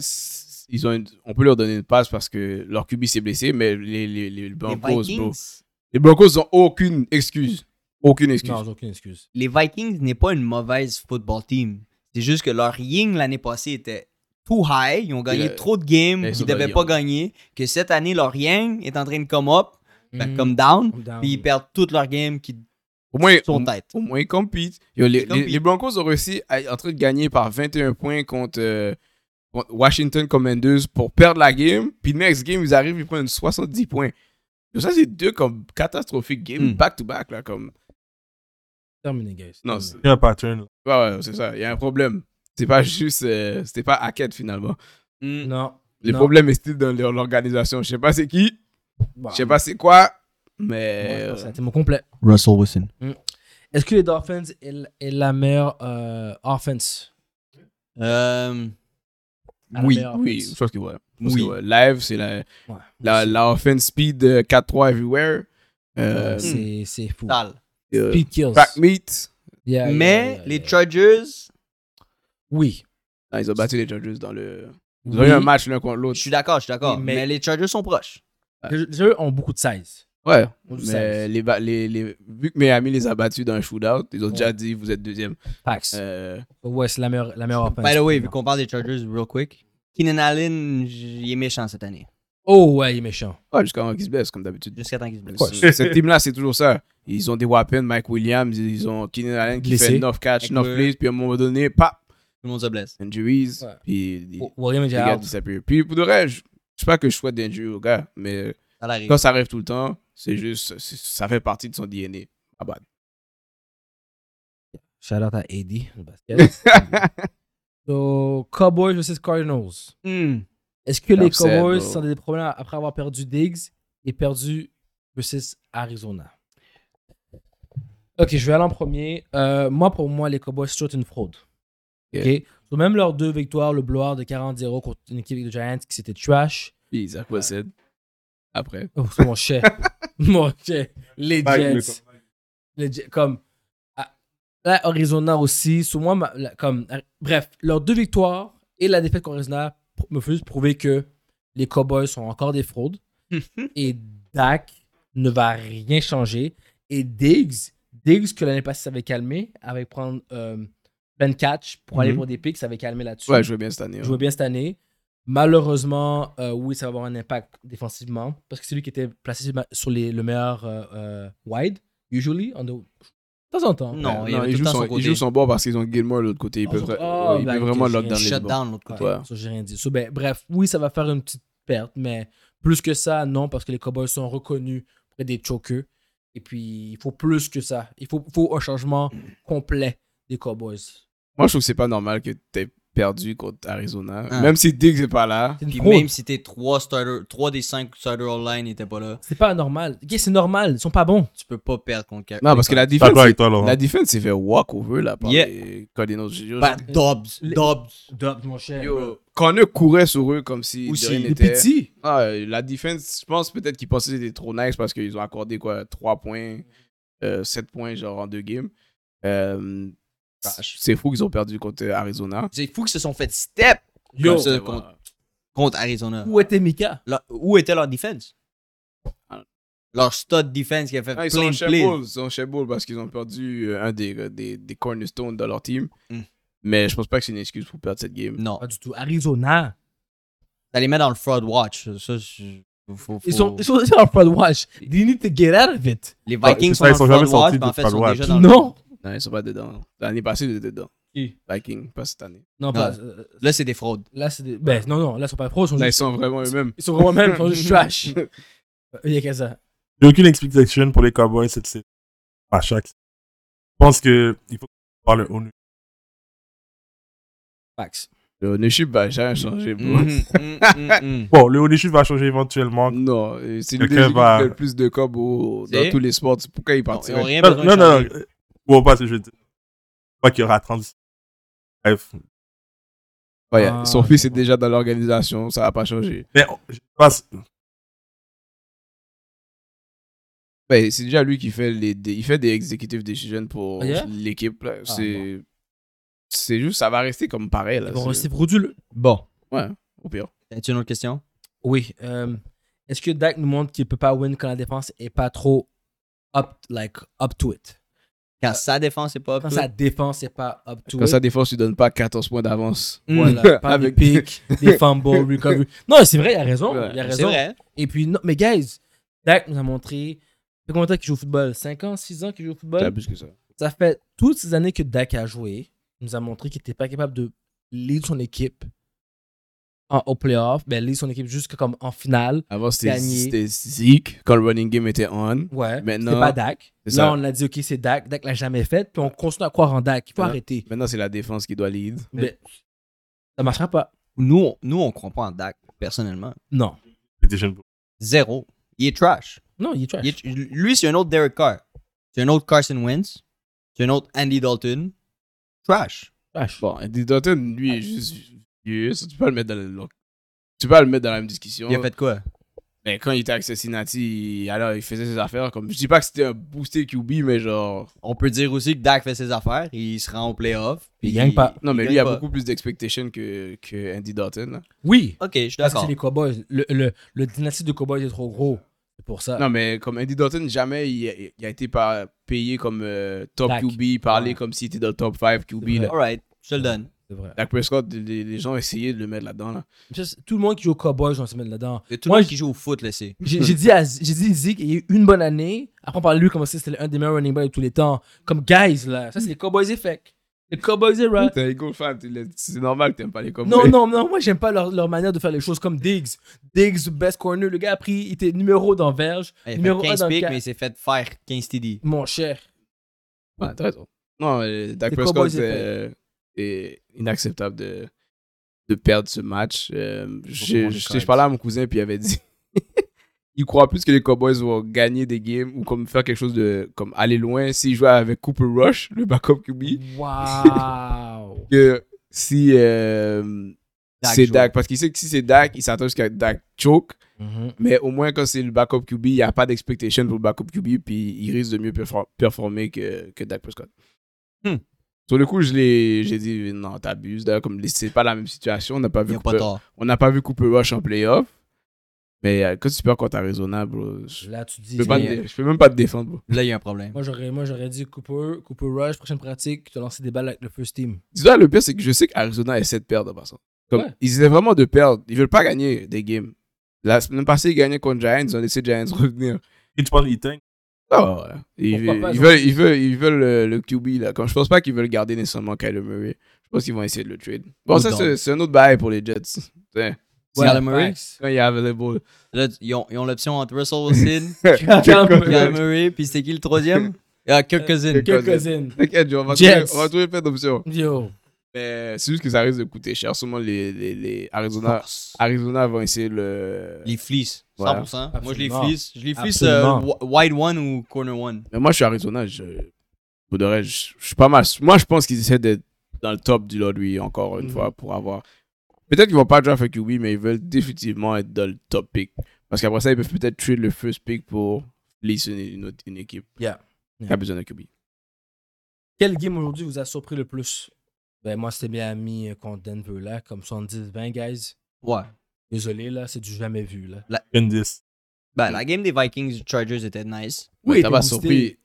Speaker 3: ils ont une- on peut leur donner une passe parce que leur QB s'est blessé, mais les, les, les Broncos,
Speaker 4: les
Speaker 3: bro.
Speaker 4: Vikings,
Speaker 3: Les Broncos n'ont aucune excuse. Aucune excuse.
Speaker 2: Non, j'ai aucune excuse.
Speaker 4: les Vikings n'est pas une mauvaise football team. C'est juste que leur ying l'année passée était too high. Ils ont gagné
Speaker 3: Le-
Speaker 4: trop de games
Speaker 3: Ils
Speaker 4: qu'ils
Speaker 3: sont
Speaker 4: ne devaient
Speaker 3: dans-
Speaker 4: pas gagner. Que cette année, leur yang est en train de come up, ben,
Speaker 2: Mm.
Speaker 4: comme down.
Speaker 2: Comme down.
Speaker 4: Puis ils perdent toutes leurs games qui
Speaker 3: au moins,
Speaker 4: sont
Speaker 3: au-
Speaker 4: tête.
Speaker 3: Au moins, ils compitent. Yo, les,
Speaker 4: Ils compitent.
Speaker 3: les- les Broncos ont réussi à en train de gagner par 21 points contre, euh, contre Washington Commanders pour perdre la game. Puis le next game, ils arrivent, ils prennent 70 points. Yo, ça, c'est deux comme catastrophiques games
Speaker 4: Hmm.
Speaker 3: back-to-back. là, comme...
Speaker 2: Terminé, guys.
Speaker 3: Non,
Speaker 2: Terminé.
Speaker 3: c'est-
Speaker 5: Il y a un pattern. là.
Speaker 3: ouais, ouais, c'est ça. Il y a un problème. C'est pas juste. euh, C'était pas Hackett finalement.
Speaker 2: Non.
Speaker 3: Le
Speaker 2: Hmm. Non.
Speaker 3: problème est dans leur- l'organisation. Je sais pas c'est qui,
Speaker 2: Bah,
Speaker 3: je sais pas c'est quoi,
Speaker 2: moi, je
Speaker 3: mais.
Speaker 2: pense que C'est mon complet.
Speaker 4: Russell Wilson.
Speaker 2: Est-ce que les Dolphins est, l- est la meilleure euh, offense
Speaker 4: Euh,
Speaker 2: À la
Speaker 3: euh, oui,
Speaker 2: meilleure
Speaker 3: oui,
Speaker 2: offense.
Speaker 3: je pense que ouais. Je pense
Speaker 4: Oui.
Speaker 3: que ouais. Live, c'est la,
Speaker 2: Ouais.
Speaker 3: la, la offense speed euh, 4-3 everywhere. Euh,
Speaker 2: Euh, c'est c'est fou.
Speaker 4: Tal.
Speaker 3: euh,
Speaker 2: Speed kills.
Speaker 3: Pack Meat.
Speaker 2: Yeah, yeah,
Speaker 4: Mais
Speaker 2: yeah,
Speaker 4: les
Speaker 2: yeah.
Speaker 4: Chargers,
Speaker 2: Oui.
Speaker 3: Ah, ils ont battu les Chargers dans le. Ils ont
Speaker 2: Oui.
Speaker 3: eu un match l'un contre
Speaker 4: je
Speaker 3: l'autre.
Speaker 4: suis d'accord, je suis d'accord.
Speaker 2: Oui, mais-
Speaker 4: mais... les Chargers sont proches.
Speaker 2: Les jeux ont beaucoup de size.
Speaker 3: Ouais.
Speaker 2: On le
Speaker 3: Mais
Speaker 2: sait.
Speaker 3: les, ba- les, les, vu que Miami les a battus dans un shootout, ils ont déjà dit vous êtes deuxième.
Speaker 2: Facts.
Speaker 3: Euh,
Speaker 2: ouais, c'est la meilleure, la meilleure offense.
Speaker 4: By the way, vu qu'on parle des Chargers, real quick, Keenan Allen, j- il est méchant cette année.
Speaker 2: Oh, ouais, il est méchant.
Speaker 3: ouais, jusqu'à avant qu'ils se blessent, comme d'habitude.
Speaker 4: Jusqu'à temps qu'il se blesse.
Speaker 3: Ce- Cette team-là, c'est toujours ça. Ils ont des weapons, Mike Williams, ils ont Keenan Allen qui
Speaker 2: Blessé.
Speaker 3: fait 9 catch,
Speaker 4: Avec
Speaker 3: 9
Speaker 4: le-
Speaker 3: plays, puis à un moment donné, pap,
Speaker 4: Tout le monde se blesse.
Speaker 3: injuries,
Speaker 2: Ouais.
Speaker 3: puis des-
Speaker 2: Oh, William et
Speaker 3: les gars
Speaker 2: Gerald.
Speaker 3: disappearent. Puis pour de vrai, je je sais pas que je souhaite d'injuries au gars, mais
Speaker 4: Ça l'arrive. Hmm,
Speaker 3: quand ça arrive tout le temps, c'est juste, c'est- ça fait partie de son DNA. Ah bah.
Speaker 2: Shout out à AD, le basket. so, Cowboys versus Cardinals.
Speaker 4: Hmm.
Speaker 2: Est-ce que les
Speaker 3: Upset,
Speaker 2: Cowboys
Speaker 3: bro.
Speaker 2: sont des problèmes après avoir perdu Diggs et perdu versus Arizona? Ok, je vais aller en premier. Euh, moi, pour moi, les Cowboys, c'est toujours une fraude. Ok?
Speaker 3: Yeah.
Speaker 2: So, même leurs deux victoires, le blowout de 40-0 contre une équipe de Giants qui c'était trash.
Speaker 3: Puis Zach Wilson. Après.
Speaker 2: Oh, c'est mon chef. mon chef. Les
Speaker 5: Back
Speaker 2: Jets.
Speaker 5: le temps.
Speaker 2: Les Jets, comme à- là, Arizona aussi. Sur moi, ma- la- comme à- bref, leurs deux victoires et la défaite contre Arizona pr- me font juste prouver que les Cowboys sont encore des fraudes et Dak ne va rien changer. Et Diggs, Diggs que l'année passée ça avait calmé, avec prendre euh, plein de catch pour aller
Speaker 3: Mhm.
Speaker 2: pour des pics, ça avait calmé là-dessus.
Speaker 3: Ouais, je jouais bien cette année.
Speaker 2: jouait bien cette année. Malheureusement, euh, oui, ça va avoir un impact défensivement parce que c'est lui qui était placé sur ma- sur les, le meilleur euh, euh, wide, usually, on the- de temps en temps.
Speaker 4: Non, il y avait
Speaker 3: ils, jouent
Speaker 4: tout le temps
Speaker 3: son,
Speaker 4: son
Speaker 3: ils
Speaker 4: côté.
Speaker 3: jouent son bord parce qu'ils ont Gilmore de l'autre côté. Ils
Speaker 2: Ah,
Speaker 3: peuvent,
Speaker 2: son-
Speaker 3: ouais,
Speaker 2: oh,
Speaker 3: ils
Speaker 2: bah,
Speaker 3: peuvent vraiment
Speaker 2: ok,
Speaker 3: lock dans
Speaker 2: j'ai
Speaker 3: les bords.
Speaker 4: Shutdown de l'autre côté.
Speaker 2: Ouais,
Speaker 3: Ouais.
Speaker 2: ça, j'ai rien dit. So, ben, bref, oui, ça va faire une petite perte, mais plus que ça, non, parce que les Cowboys sont reconnus près des chokers. Et puis, il faut plus que ça. Il faut, faut un changement complet des Cowboys.
Speaker 3: Moi, je trouve que c'est pas normal que t'aies perdu contre Arizona.
Speaker 4: Ah.
Speaker 3: Même si Diggs est pas là.
Speaker 2: C'est une
Speaker 4: Puis
Speaker 2: fraude.
Speaker 4: même si tes 3, starter, trois des 5 starters online n'étaient pas là,
Speaker 2: C'est pas normal. Ok, c'est normal, ils sont pas bons.
Speaker 4: tu peux pas perdre contre quelqu'un.
Speaker 3: Non, parce que la
Speaker 5: Je suis d'accord
Speaker 3: défense,
Speaker 5: avec toi, Laurent.
Speaker 3: la défense s'est fait walk over là par
Speaker 4: Yeah.
Speaker 3: les Cardinals. Je- je-
Speaker 4: Bah, Dobbs.
Speaker 2: Les-
Speaker 4: Dobbs.
Speaker 2: mon cher.
Speaker 3: Yo, Connor courait sur eux comme si
Speaker 4: Aussi.
Speaker 3: de rien
Speaker 4: Des
Speaker 3: n'était.
Speaker 2: petits.
Speaker 3: Ah, euh, la défense, je pense peut-être qu'ils pensaient que c'était trop nice parce qu'ils ont accordé quoi 3 points, 7 points genre en deux games. Euh,
Speaker 4: Trash.
Speaker 3: c'est fou qu'ils ont perdu contre Arizona.
Speaker 4: C'est fou qu'ils se sont fait step
Speaker 2: Yo.
Speaker 4: comme ça contre, contre Arizona.
Speaker 2: Où était Mika?
Speaker 4: Leur- où était leur defense? Leur stud defense qui a fait
Speaker 3: Ah, ils sont
Speaker 4: plein
Speaker 3: en
Speaker 4: de plays.
Speaker 3: shambol, ils sont en shambol parce qu'ils ont perdu euh, un des, des, des cornerstones de leur team.
Speaker 4: Mm.
Speaker 3: Mais je pense pas que c'est une excuse pour perdre cette game.
Speaker 4: Non.
Speaker 2: Pas du tout. Arizona.
Speaker 4: T'as les mettre dans le fraud watch. Ça, je- faut- faut-
Speaker 2: Ils sont,
Speaker 4: faut-
Speaker 2: ils sont déjà en fraud watch. They need to get out of it.
Speaker 4: les Vikings
Speaker 5: Ah, c'est
Speaker 4: sont dans le fraud
Speaker 5: ça, ils sont jamais sortis
Speaker 4: watch,
Speaker 5: du
Speaker 4: mais en fait, ils
Speaker 5: fraud
Speaker 4: sont
Speaker 5: watch.
Speaker 4: déjà dans le-
Speaker 2: Non.
Speaker 3: Non, ils sont pas dedans. L'année passée, ils étaient dedans.
Speaker 2: Qui?
Speaker 3: Vikings, pas cette année.
Speaker 2: Non, pas. euh,
Speaker 4: Là, c'est des fraudes.
Speaker 2: là, c'est des. Ben, non, non, là, ils sont pas pros. Ils sont,
Speaker 3: Là, ils
Speaker 2: juste,
Speaker 3: sont vraiment eux-mêmes.
Speaker 2: ils sont vraiment même, ils sont juste trash. Euh, Il y a qu'à ça.
Speaker 5: J'ai aucune explication pour les Cowboys cette saison. À chaque. Je pense que il faut qu'on parle au nu.
Speaker 2: Facts.
Speaker 3: Le ownership va jamais changer,
Speaker 5: Mm,
Speaker 3: bro.
Speaker 4: Mhm, mhm, mhm, mhm.
Speaker 5: Bon, le ownership va changer éventuellement.
Speaker 3: Non, euh, c'est une
Speaker 5: Quelqu'un
Speaker 3: des équipes
Speaker 5: va-
Speaker 3: qui fait le plus de cob au- dans
Speaker 4: C'est-
Speaker 3: tous les sports. Pourquoi ils
Speaker 4: Non, Ils ont
Speaker 3: partiraient
Speaker 4: rien
Speaker 5: Non,
Speaker 4: besoin
Speaker 5: non, non.
Speaker 4: de changer.
Speaker 5: non. Bon, pas ce que je veux dire. Je crois qu'il y aura 30. Bref.
Speaker 3: Ouais,
Speaker 2: Ah,
Speaker 3: Son fils
Speaker 2: je
Speaker 3: est
Speaker 2: vois.
Speaker 3: déjà dans l'organisation,
Speaker 5: oh,
Speaker 3: ça va pas changer.
Speaker 5: Mais on- je passe.
Speaker 3: Ben, c'est déjà lui qui fait les, des- il fait des executive decisions pour
Speaker 2: Ah, Yeah?
Speaker 3: l'équipe. là.
Speaker 2: Ah,
Speaker 3: c'est, c'est juste, ça va rester comme pareil. Là.
Speaker 2: Ils vont
Speaker 3: C'est-
Speaker 2: rester frauduleux.
Speaker 4: Bon.
Speaker 3: Ouais, au pire.
Speaker 4: As-tu une autre question?
Speaker 2: Oui. euh, Est-ce que Dak nous montre qu'il peut pas win quand la défense est pas trop up, like, up to it?
Speaker 4: Quand sa défense est pas up
Speaker 2: Euh, Quand
Speaker 4: to
Speaker 2: sa
Speaker 4: it,
Speaker 2: défense est pas up to
Speaker 3: Quand
Speaker 2: it.
Speaker 3: sa défense, tu donnes pas 14 points d'avance.
Speaker 2: Hmm. Voilà, pas
Speaker 3: Avec-
Speaker 2: des pics, des fumbles, recovery. Non, c'est vrai, il a raison.
Speaker 3: Ouais,
Speaker 2: il a
Speaker 4: c'est
Speaker 2: raison.
Speaker 4: vrai.
Speaker 2: Et puis, non, mais guys, Dak nous a montré. Ça fait combien de temps qu'il joue au football 5 ans, 6 ans qu'il joue au football
Speaker 3: T'as plus que ça.
Speaker 2: Ça fait toutes ces années que Dak a joué, il nous a montré qu'il n'était pas capable de lead son équipe en, au playoff, ben lead son équipe jusque comme en finale.
Speaker 3: Avant, c'était,
Speaker 2: Gagner.
Speaker 3: c'était Zeke quand le running game était on.
Speaker 2: Ouais,
Speaker 3: Maintenant,
Speaker 2: c'est pas Dak. Là,
Speaker 3: c'est ça.
Speaker 2: on a dit, OK, c'est Dak. Dak l'a jamais fait, puis on continue à croire en Dak. Il faut
Speaker 3: Ouais.
Speaker 2: arrêter.
Speaker 3: Maintenant, c'est la défense qui doit lead.
Speaker 2: Mais ça marchera pas.
Speaker 4: Nous, on- nous, on comprend en Dak, personnellement.
Speaker 2: Non.
Speaker 5: Petition pour-
Speaker 4: Zéro. Il est trash.
Speaker 2: Non, il est trash.
Speaker 4: Il est- lui, c'est un autre Derek Carr. C'est un autre Carson Wentz. C'est un autre Andy Dalton. Trash.
Speaker 2: trash.
Speaker 3: Bon, Andy Dalton, lui, est juste vieux. ça, Tu peux pas le mettre dans le- Tu peux pas le mettre dans la même discussion.
Speaker 4: Il a fait quoi?
Speaker 3: Ben, quand il était à Cincinnati, il- alors il faisait ses affaires. Comme, je dis pas que c'était un boosté QB, mais genre.
Speaker 4: On peut dire aussi que Dak fait ses affaires. Il se rend au playoff.
Speaker 2: Il
Speaker 4: puis
Speaker 2: gagne pas.
Speaker 3: Non, mais
Speaker 4: il
Speaker 3: lui, il a
Speaker 4: gagne pas.
Speaker 3: beaucoup plus d'expectation que, que Andy Dalton. là.
Speaker 2: Oui.
Speaker 4: Ok, je suis
Speaker 2: Parce que c'est
Speaker 4: d'accord.
Speaker 2: les Cowboys. Le, le, le dynastie de Cowboys est trop gros. C'est pour
Speaker 4: Ah.
Speaker 2: ça.
Speaker 3: Non, mais comme Andy Dalton, jamais il a, il a été par- payé comme euh, top
Speaker 2: Dak.
Speaker 3: QB, parlé
Speaker 2: Ouais.
Speaker 3: comme s'il était dans le top 5 QB.
Speaker 2: C'est
Speaker 3: Là.
Speaker 2: vrai.
Speaker 4: Alright, je te le donne.
Speaker 2: C'est vrai.
Speaker 3: Dak Prescott, les, les gens essayaient de le mettre là-dedans. Là.
Speaker 2: Ça, c'est- Tout le monde qui joue aux Cowboys, on se met là-dedans.
Speaker 4: C'est tout
Speaker 2: Moi,
Speaker 4: le monde
Speaker 2: je-
Speaker 4: qui joue au foot, là, c'est.
Speaker 2: J'ai j'ai dit, à- j'ai dit Zeke, il a eu une bonne année. Après, on parlait de lui comme si c'était un des meilleurs running backs de tous les temps. Comme guys, là. Ça, c'est les Cowboys effect. Les Cowboys era.
Speaker 3: T'es un Eagle fan, t'es le- c'est normal que t'aimes pas les Cowboys.
Speaker 2: Non, non, non. Moi, j'aime pas leur, leur manière de faire les choses comme Diggs. Diggs, best corner. Le gars a pris, il était numéro dans verge.
Speaker 4: Il a
Speaker 2: numéro
Speaker 4: fait
Speaker 2: 1 dans
Speaker 4: 15
Speaker 2: le
Speaker 4: pics,
Speaker 2: cas.
Speaker 4: mais il s'est fait faire 15 TD.
Speaker 2: Mon cher.
Speaker 3: Ouais, t'as raison. Non, euh, Dak
Speaker 2: Les
Speaker 3: Prescott,
Speaker 2: Cowboys
Speaker 3: c'est c'est inacceptable de, de perdre ce match. Euh,
Speaker 4: moins
Speaker 3: j'ai-
Speaker 4: de
Speaker 3: j'ai-
Speaker 4: cards.
Speaker 3: je parlais à mon cousin, puis il avait dit il croit plus que les Cowboys vont gagner des games ou comme faire quelque chose de. comme aller loin s'ils jouaient avec Cooper Rush, le backup QB.
Speaker 2: Wow.
Speaker 3: que si euh,
Speaker 4: Dak
Speaker 3: c'est
Speaker 4: joue.
Speaker 3: Dak. Parce qu'il sait que si c'est Dak, il s'attend jusqu'à Dak choke.
Speaker 2: Mhm.
Speaker 3: Mais au moins, quand c'est le backup QB, il n'y a pas d'expectation pour le backup QB. Puis il risque de mieux perfor- performer que, que Dak Prescott.
Speaker 4: Hmm.
Speaker 3: Sur le coup, je l'ai- j'ai dit non, t'abuses. D'ailleurs, comme c'est pas la même situation, on n'a pas,
Speaker 4: Il
Speaker 3: vu
Speaker 4: n'y a pas
Speaker 3: Cooper-
Speaker 4: tort.
Speaker 3: on n'a pas vu Cooper Rush en playoff. Mais euh, quand tu perds contre Arizona, bro, je
Speaker 2: Là, tu dis.
Speaker 3: je peux, pas te
Speaker 2: mais,
Speaker 3: dé- je peux même pas te défendre. bro.
Speaker 4: Là, il y a un problème.
Speaker 2: Moi, j'aurais, moi, j'aurais dit Cooper, Cooper Rush, prochaine pratique, tu as lancé des balles avec le first team.
Speaker 3: Dis-toi, le pire, c'est que je sais qu'Arizona essaie de perdre, par contre. Comme,
Speaker 2: Ouais.
Speaker 3: Ils essaient vraiment de perdre. Ils veulent pas gagner des games. La semaine passée, ils gagnaient contre Giants. Ils ont laissé Giants revenir.
Speaker 5: Et tu penses qu'il tank?
Speaker 3: Ah ouais. Ils,
Speaker 2: Pourquoi pas,
Speaker 3: ils
Speaker 2: ils ont-
Speaker 3: veulent, ils veulent, ils veulent euh, le QB. Là. Comme, je pense pas qu'ils veulent garder nécessairement Kyler Murray. Je pense qu'ils vont essayer de le trade. Bon,
Speaker 4: Ou
Speaker 3: ça,
Speaker 4: dans-
Speaker 3: c'est c'est un autre bail pour les Jets. Tiens,
Speaker 4: Ouais, Kyler Murray?
Speaker 2: facts.
Speaker 3: Quand il est available.
Speaker 4: Là, tu- ils ont ils ont l'option entre Russell Wilson,
Speaker 2: Kyler
Speaker 4: Kyler
Speaker 2: Murray.
Speaker 4: Murray, puis c'est qui le troisième?
Speaker 2: Euh,
Speaker 4: Ah, Kirk Cousins.
Speaker 2: Kirk Cousins.
Speaker 3: T'inquiète, on va
Speaker 2: Jets.
Speaker 3: trouver, on va trouver plein d'options.
Speaker 2: Yo.
Speaker 3: Mais c'est juste que ça risque de coûter cher. Sûrement, les, les, les Arizona,
Speaker 4: Force.
Speaker 3: Arizona vont essayer le.
Speaker 4: Les fleece, 100%.
Speaker 3: Voilà.
Speaker 4: Moi, je les
Speaker 2: Absolument.
Speaker 4: fleece. Je les fleece euh,
Speaker 2: Absolument.
Speaker 4: wi- wide one ou corner one.
Speaker 3: Mais moi, je suis Arizona. Je, pour de vrai, je, je suis pas mal. Moi, je pense qu'ils essaient d'être dans le top du lottery encore une
Speaker 2: Mhm.
Speaker 3: fois pour avoir. Peut-être qu'ils vont pas draft un QB, mais ils veulent définitivement être dans le top pick. Parce qu'après ça, ils peuvent peut-être trade le first pick pour lisser une, une autre- une équipe
Speaker 2: Yeah.
Speaker 3: qui a besoin d'un QB.
Speaker 2: Quel game aujourd'hui vous a surpris le plus? Ben, moi, c'était Miami euh, contre Denver, là, comme 70-20, guys.
Speaker 4: Ouais.
Speaker 2: Désolé, là, c'est du jamais vu, là.
Speaker 5: Une 10.
Speaker 4: Ben, la game des Vikings Chargers était nice.
Speaker 2: Oui,
Speaker 3: Ouais, t'as
Speaker 2: t'es
Speaker 3: pas
Speaker 2: boosté.
Speaker 3: surpris.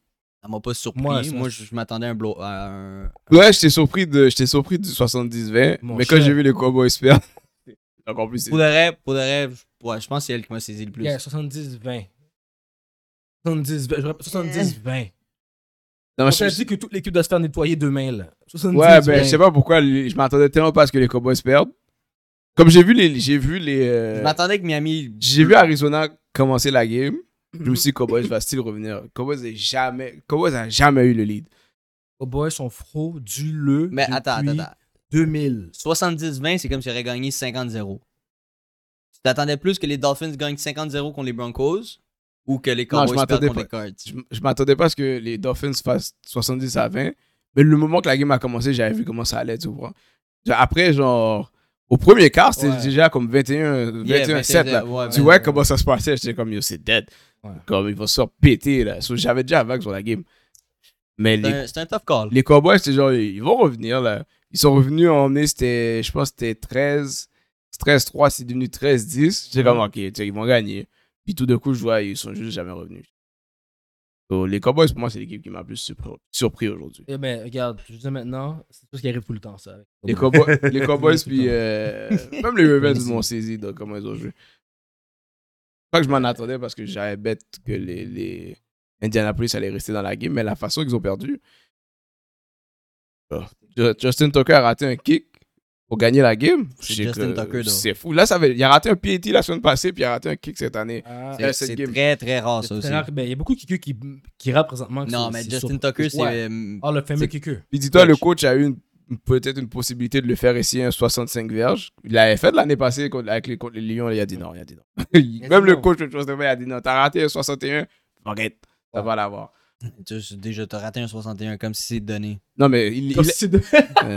Speaker 4: Ça m'a pas surpris.
Speaker 2: Moi,
Speaker 4: Moi,
Speaker 2: ça-
Speaker 4: je, je m'attendais à un blow. à un-
Speaker 3: Ouais, j'étais surpris, de- j'étais surpris du 70-20.
Speaker 2: Mon
Speaker 3: Mais quand
Speaker 2: cher.
Speaker 3: j'ai vu les Cowboys faire, encore plus. c'est-
Speaker 4: Pour de rêve, pour de rêve, ouais, je pense que c'est elle qui m'a saisi le plus.
Speaker 2: Yeah, 70-20. 70-20. je rép- 70-20.
Speaker 3: Non,
Speaker 2: On
Speaker 3: mais
Speaker 2: t'a
Speaker 3: je-
Speaker 2: dit que toute l'équipe doit se faire nettoyer demain, là. 70
Speaker 3: Ouais, ben, je sais pas pourquoi. les- Je m'attendais tellement pas à ce que les Cowboys perdent. Comme j'ai vu les. J'ai vu les euh,
Speaker 4: Je m'attendais que Miami.
Speaker 3: J'ai vu Arizona commencer la game. Je me suis dit, Cowboys va-t-il revenir Cowboys n'a jamais, Cowboys a jamais eu le lead.
Speaker 2: Les Cowboys Oh, sont frauduleux.
Speaker 4: Mais attends,
Speaker 2: depuis
Speaker 4: attends, attends.
Speaker 2: 2000.
Speaker 4: 70-20, c'est comme si j'aurais gagné 50-0. Tu t'attendais plus que les Dolphins gagnent 50-0 contre les Broncos ou que les
Speaker 3: Non, je
Speaker 4: Cowboys perdent
Speaker 3: m'attendais
Speaker 4: contre les Cards?
Speaker 3: Je, je m'attendais pas à ce que les Dolphins fassent 70 à 20. Mais le moment que la game a commencé, j'avais vu comment ça allait, tu vois. Genre, Après, genre, au premier quart, c'était
Speaker 2: Ouais.
Speaker 3: déjà comme 21-7.
Speaker 4: Yeah, 21,
Speaker 3: là.
Speaker 4: ouais, ben,
Speaker 3: tu
Speaker 4: 21.
Speaker 3: vois comment ça se passait. J'étais comme, yo, c'est dead.
Speaker 2: Ouais.
Speaker 3: Comme il va se faire péter, là. So, J'avais déjà avant sur la game. Mais
Speaker 4: C'est
Speaker 3: les,
Speaker 4: un- c'est un tough call.
Speaker 3: les Cowboys, c'est genre, ils vont revenir, là. Ils sont revenus en mai, c'était, je pense, que c'était 13, 13-3, c'est devenu 13-10. J'ai comme, ok, tu sais, ils vont gagner. Puis tout d'un coup, je vois, ils sont juste jamais revenus. So, les Cowboys, pour moi, c'est l'équipe qui m'a le plus surpris, surpris aujourd'hui.
Speaker 2: Eh ben, regarde, je dis maintenant, c'est tout ce qui arrive tout le temps, ça.
Speaker 3: Les, Cowboys, les Cowboys,
Speaker 2: Tout le
Speaker 3: puis
Speaker 2: temps.
Speaker 3: euh, même les Ravens m'ont saisi dans comment ils ont joué. Pas que je m'en attendais parce que j'avais bête que les, les Indianapolis allaient rester dans la game, mais la façon qu'ils ont perdu. Ah. Ju- Justin Tucker a raté un kick pour gagner la game.
Speaker 4: C'est
Speaker 3: J'ai
Speaker 4: Justin Tucker, though.
Speaker 3: C'est fou. Là, ça avait- il a raté un PAT la semaine passée, puis il a raté un kick cette année.
Speaker 2: Ah,
Speaker 4: C'est-
Speaker 3: Euh, cette
Speaker 4: C'est
Speaker 3: game.
Speaker 4: très, très rare, ça
Speaker 2: c'est
Speaker 4: aussi.
Speaker 2: très rare. Ben, il y a beaucoup de QQ qui, qui rappent présentement. que
Speaker 4: Non,
Speaker 2: c'est-
Speaker 4: mais
Speaker 2: c'est
Speaker 4: Justin
Speaker 2: sur-
Speaker 4: Tucker, c'est.
Speaker 2: Ouais.
Speaker 4: euh,
Speaker 2: Ah, le fameux
Speaker 4: c'est-
Speaker 2: QQ.
Speaker 3: Puis dis-toi, le
Speaker 4: Coach.
Speaker 3: coach a eu une- une- peut-être une possibilité de le faire essayer un 65 verges. Il l'avait fait l'année passée contre, avec les, contre les Lions. Il a dit non, il a dit non.
Speaker 2: a
Speaker 3: Même
Speaker 2: dit
Speaker 3: le
Speaker 2: non.
Speaker 3: coach de Trust il a dit non. T'as raté un 61, arrête, ça va l'avoir.
Speaker 4: Tu sais, déjà, t'as raté un 61 comme si c'est donné.
Speaker 3: Non, mais il, il,
Speaker 2: Comme si de-
Speaker 3: euh,